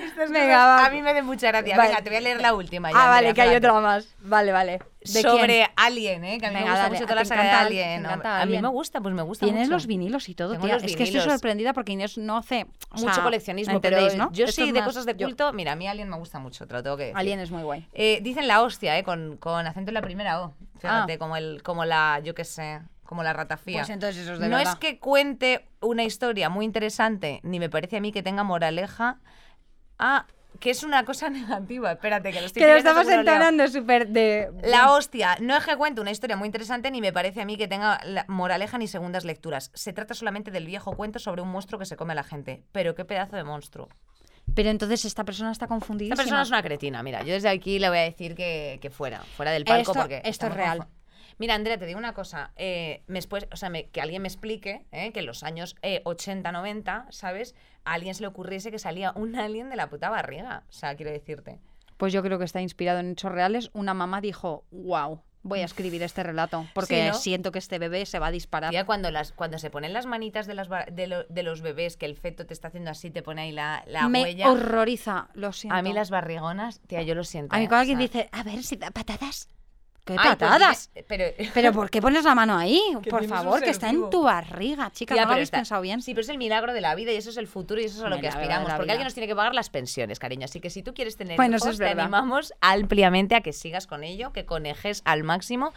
S1: Estas
S2: Venga,
S1: cosas
S2: va.
S1: a mí me da mucha gracia.
S2: Vale.
S1: Venga, te voy a leer la última. ya,
S2: Ah, vale,
S1: Andrea,
S2: que hay
S1: espérate.
S2: otra más. Vale, vale. ¿De
S1: Sobre
S2: quién?
S1: Alien, ¿eh? Que a mí me
S2: Venga,
S1: gusta
S2: dale,
S1: mucho
S2: te
S1: toda la saga de
S2: encanta-
S1: Alien.
S2: te
S1: ¿no?
S2: encanta
S1: A mí me
S2: Alien.
S1: gusta, pues me gusta
S2: Tienes
S1: mucho.
S2: los vinilos y todo,
S1: Tengo
S2: tía.
S1: los
S2: Es que estoy
S1: vinilos.
S2: sorprendida porque Inés no hace o
S1: Mucho
S2: sea,
S1: coleccionismo,
S2: ¿entendéis,
S1: pero
S2: ¿no?
S1: yo
S2: Esto
S1: sí,
S2: es
S1: de
S2: más-
S1: cosas de
S2: yo-
S1: culto. Mira, a mí Alien me gusta mucho, te lo tengo que decir.
S2: Alien es muy guay.
S1: Eh, dicen la hostia, ¿eh? Con, con acento en la primera O. Fíjate,
S2: Ah.
S1: como, el, como la, yo qué sé, como la ratafía.
S2: Pues entonces eso es de
S1: no
S2: verdad.
S1: es que cuente una historia muy interesante, ni me parece a mí que tenga moraleja. Ah, que es una cosa negativa. Espérate, que lo estoy
S2: que lo
S1: pillando
S2: estamos
S1: seguro liado.
S2: entonando súper de...
S1: La hostia, no es que cuente una historia muy interesante ni me parece a mí que tenga la- moraleja ni segundas lecturas. Se trata solamente del viejo cuento sobre un monstruo que se come a la gente. Pero qué pedazo de monstruo.
S2: Pero entonces esta persona está confundida.
S1: Esta persona es una cretina, mira, yo desde aquí le voy a decir que, que fuera, fuera del palco
S2: Esto-
S1: porque...
S2: esto es
S1: estamos
S2: real.
S1: confu- Mira, Andrea, te digo una cosa, eh, me espues- o sea, me- que alguien me explique eh, que en los años eh, 80, 90, ¿sabes? A alguien se le ocurriese que salía un alien de la puta barriga, o sea, quiero decirte.
S2: Pues yo creo que está inspirado en hechos reales. Una mamá dijo, wow, voy a escribir este relato porque
S1: ¿no?
S2: siento que este bebé se va a disparar.
S1: Tía, cuando, las, cuando se ponen las manitas de, las, ba- de, lo- de los bebés, que el feto te está haciendo así, te pone ahí la, la
S2: Me
S1: huella.
S2: horroriza, lo siento.
S1: A mí las barrigonas, tía, yo lo siento.
S2: A mí
S1: ¿eh?
S2: cuando alguien
S1: O sea,
S2: dice, a ver si da patadas. ¿Qué
S1: "Ay, pues
S2: patadas?
S1: mira, pero...
S2: ¿Pero por qué pones la mano ahí?
S1: Que
S2: Por
S1: tienes un
S2: favor,
S1: ser
S2: que está
S1: vivo.
S2: en tu barriga, chica.
S1: Tía,
S2: no lo
S1: pero
S2: habéis
S1: está-
S2: pensado bien.
S1: Sí, pero es el milagro de la vida y eso es el futuro y eso es a lo que
S2: Milagro de
S1: aspiramos.
S2: la
S1: Porque
S2: vida.
S1: alguien nos tiene que pagar las pensiones, cariño. Así que si tú quieres tener
S2: Bueno, eso
S1: hijos,
S2: es
S1: te
S2: verdad.
S1: animamos ampliamente a que sigas con ello, que conejes al máximo.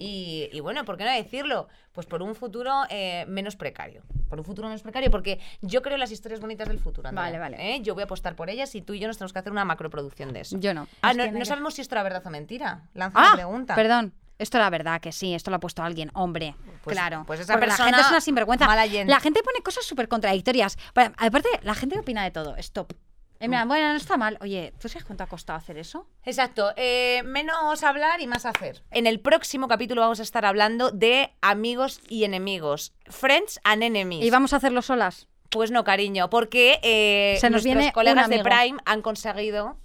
S1: Y, y bueno, ¿por qué no decirlo? Pues por un futuro eh, menos precario. Por un futuro menos precario, porque yo creo en las historias bonitas del futuro. Andrea,
S2: Vale, vale.
S1: ¿eh? Yo voy a apostar por ellas y tú y yo nos tenemos que hacer una macroproducción de eso.
S2: Yo no.
S1: Ah,
S2: Es
S1: no,
S2: que no
S1: no
S2: hay que-
S1: sabemos si esto era verdad o mentira. Lanza la
S2: Ah,
S1: pregunta.
S2: perdón. Esto la verdad que sí, esto lo ha puesto alguien, hombre.
S1: Pues-
S2: claro.
S1: pues esa
S2: Porque
S1: persona,
S2: La gente es una sinvergüenza.
S1: mala gente.
S2: La gente pone cosas súper contradictorias. Pa- Aparte, la gente opina de todo. Stop. En plan, bueno, no está mal. Oye, ¿tú sabes cuánto ha costado hacer eso?
S1: Exacto, eh, menos hablar y más hacer. En el próximo capítulo vamos a estar hablando de amigos y enemigos, friends and enemies.
S2: Y vamos a hacerlo solas.
S1: Pues no, cariño, porque eh,
S2: Se nos
S1: nuestros
S2: viene un
S1: colegas de
S2: amigo.
S1: Prime han conseguido,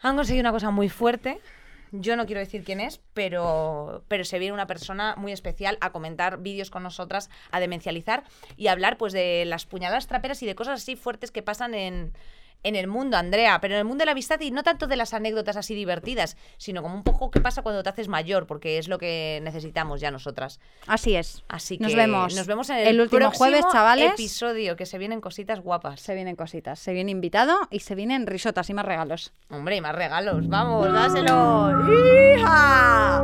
S1: han conseguido una cosa muy fuerte. Yo no quiero decir quién es, pero, pero se viene una persona muy especial a comentar vídeos con nosotras, a demencializar y a hablar pues de las puñaladas traperas y de cosas así fuertes que pasan en, en el mundo, Andrea, pero en el mundo de la amistad y no tanto de las anécdotas así divertidas, sino como un poco qué pasa cuando te haces mayor, porque es lo que necesitamos ya nosotras.
S2: Así es.
S1: Así que
S2: Nos vemos.
S1: nos vemos en el,
S2: último
S1: próximo
S2: jueves, chavales.
S1: episodio, que se vienen cositas guapas.
S2: Se vienen cositas. Se viene invitado y se vienen risotas y más regalos.
S1: Hombre, y más regalos. Vamos, dáselo. ¡Hija!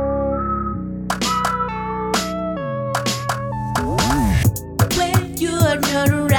S3: when you're not around.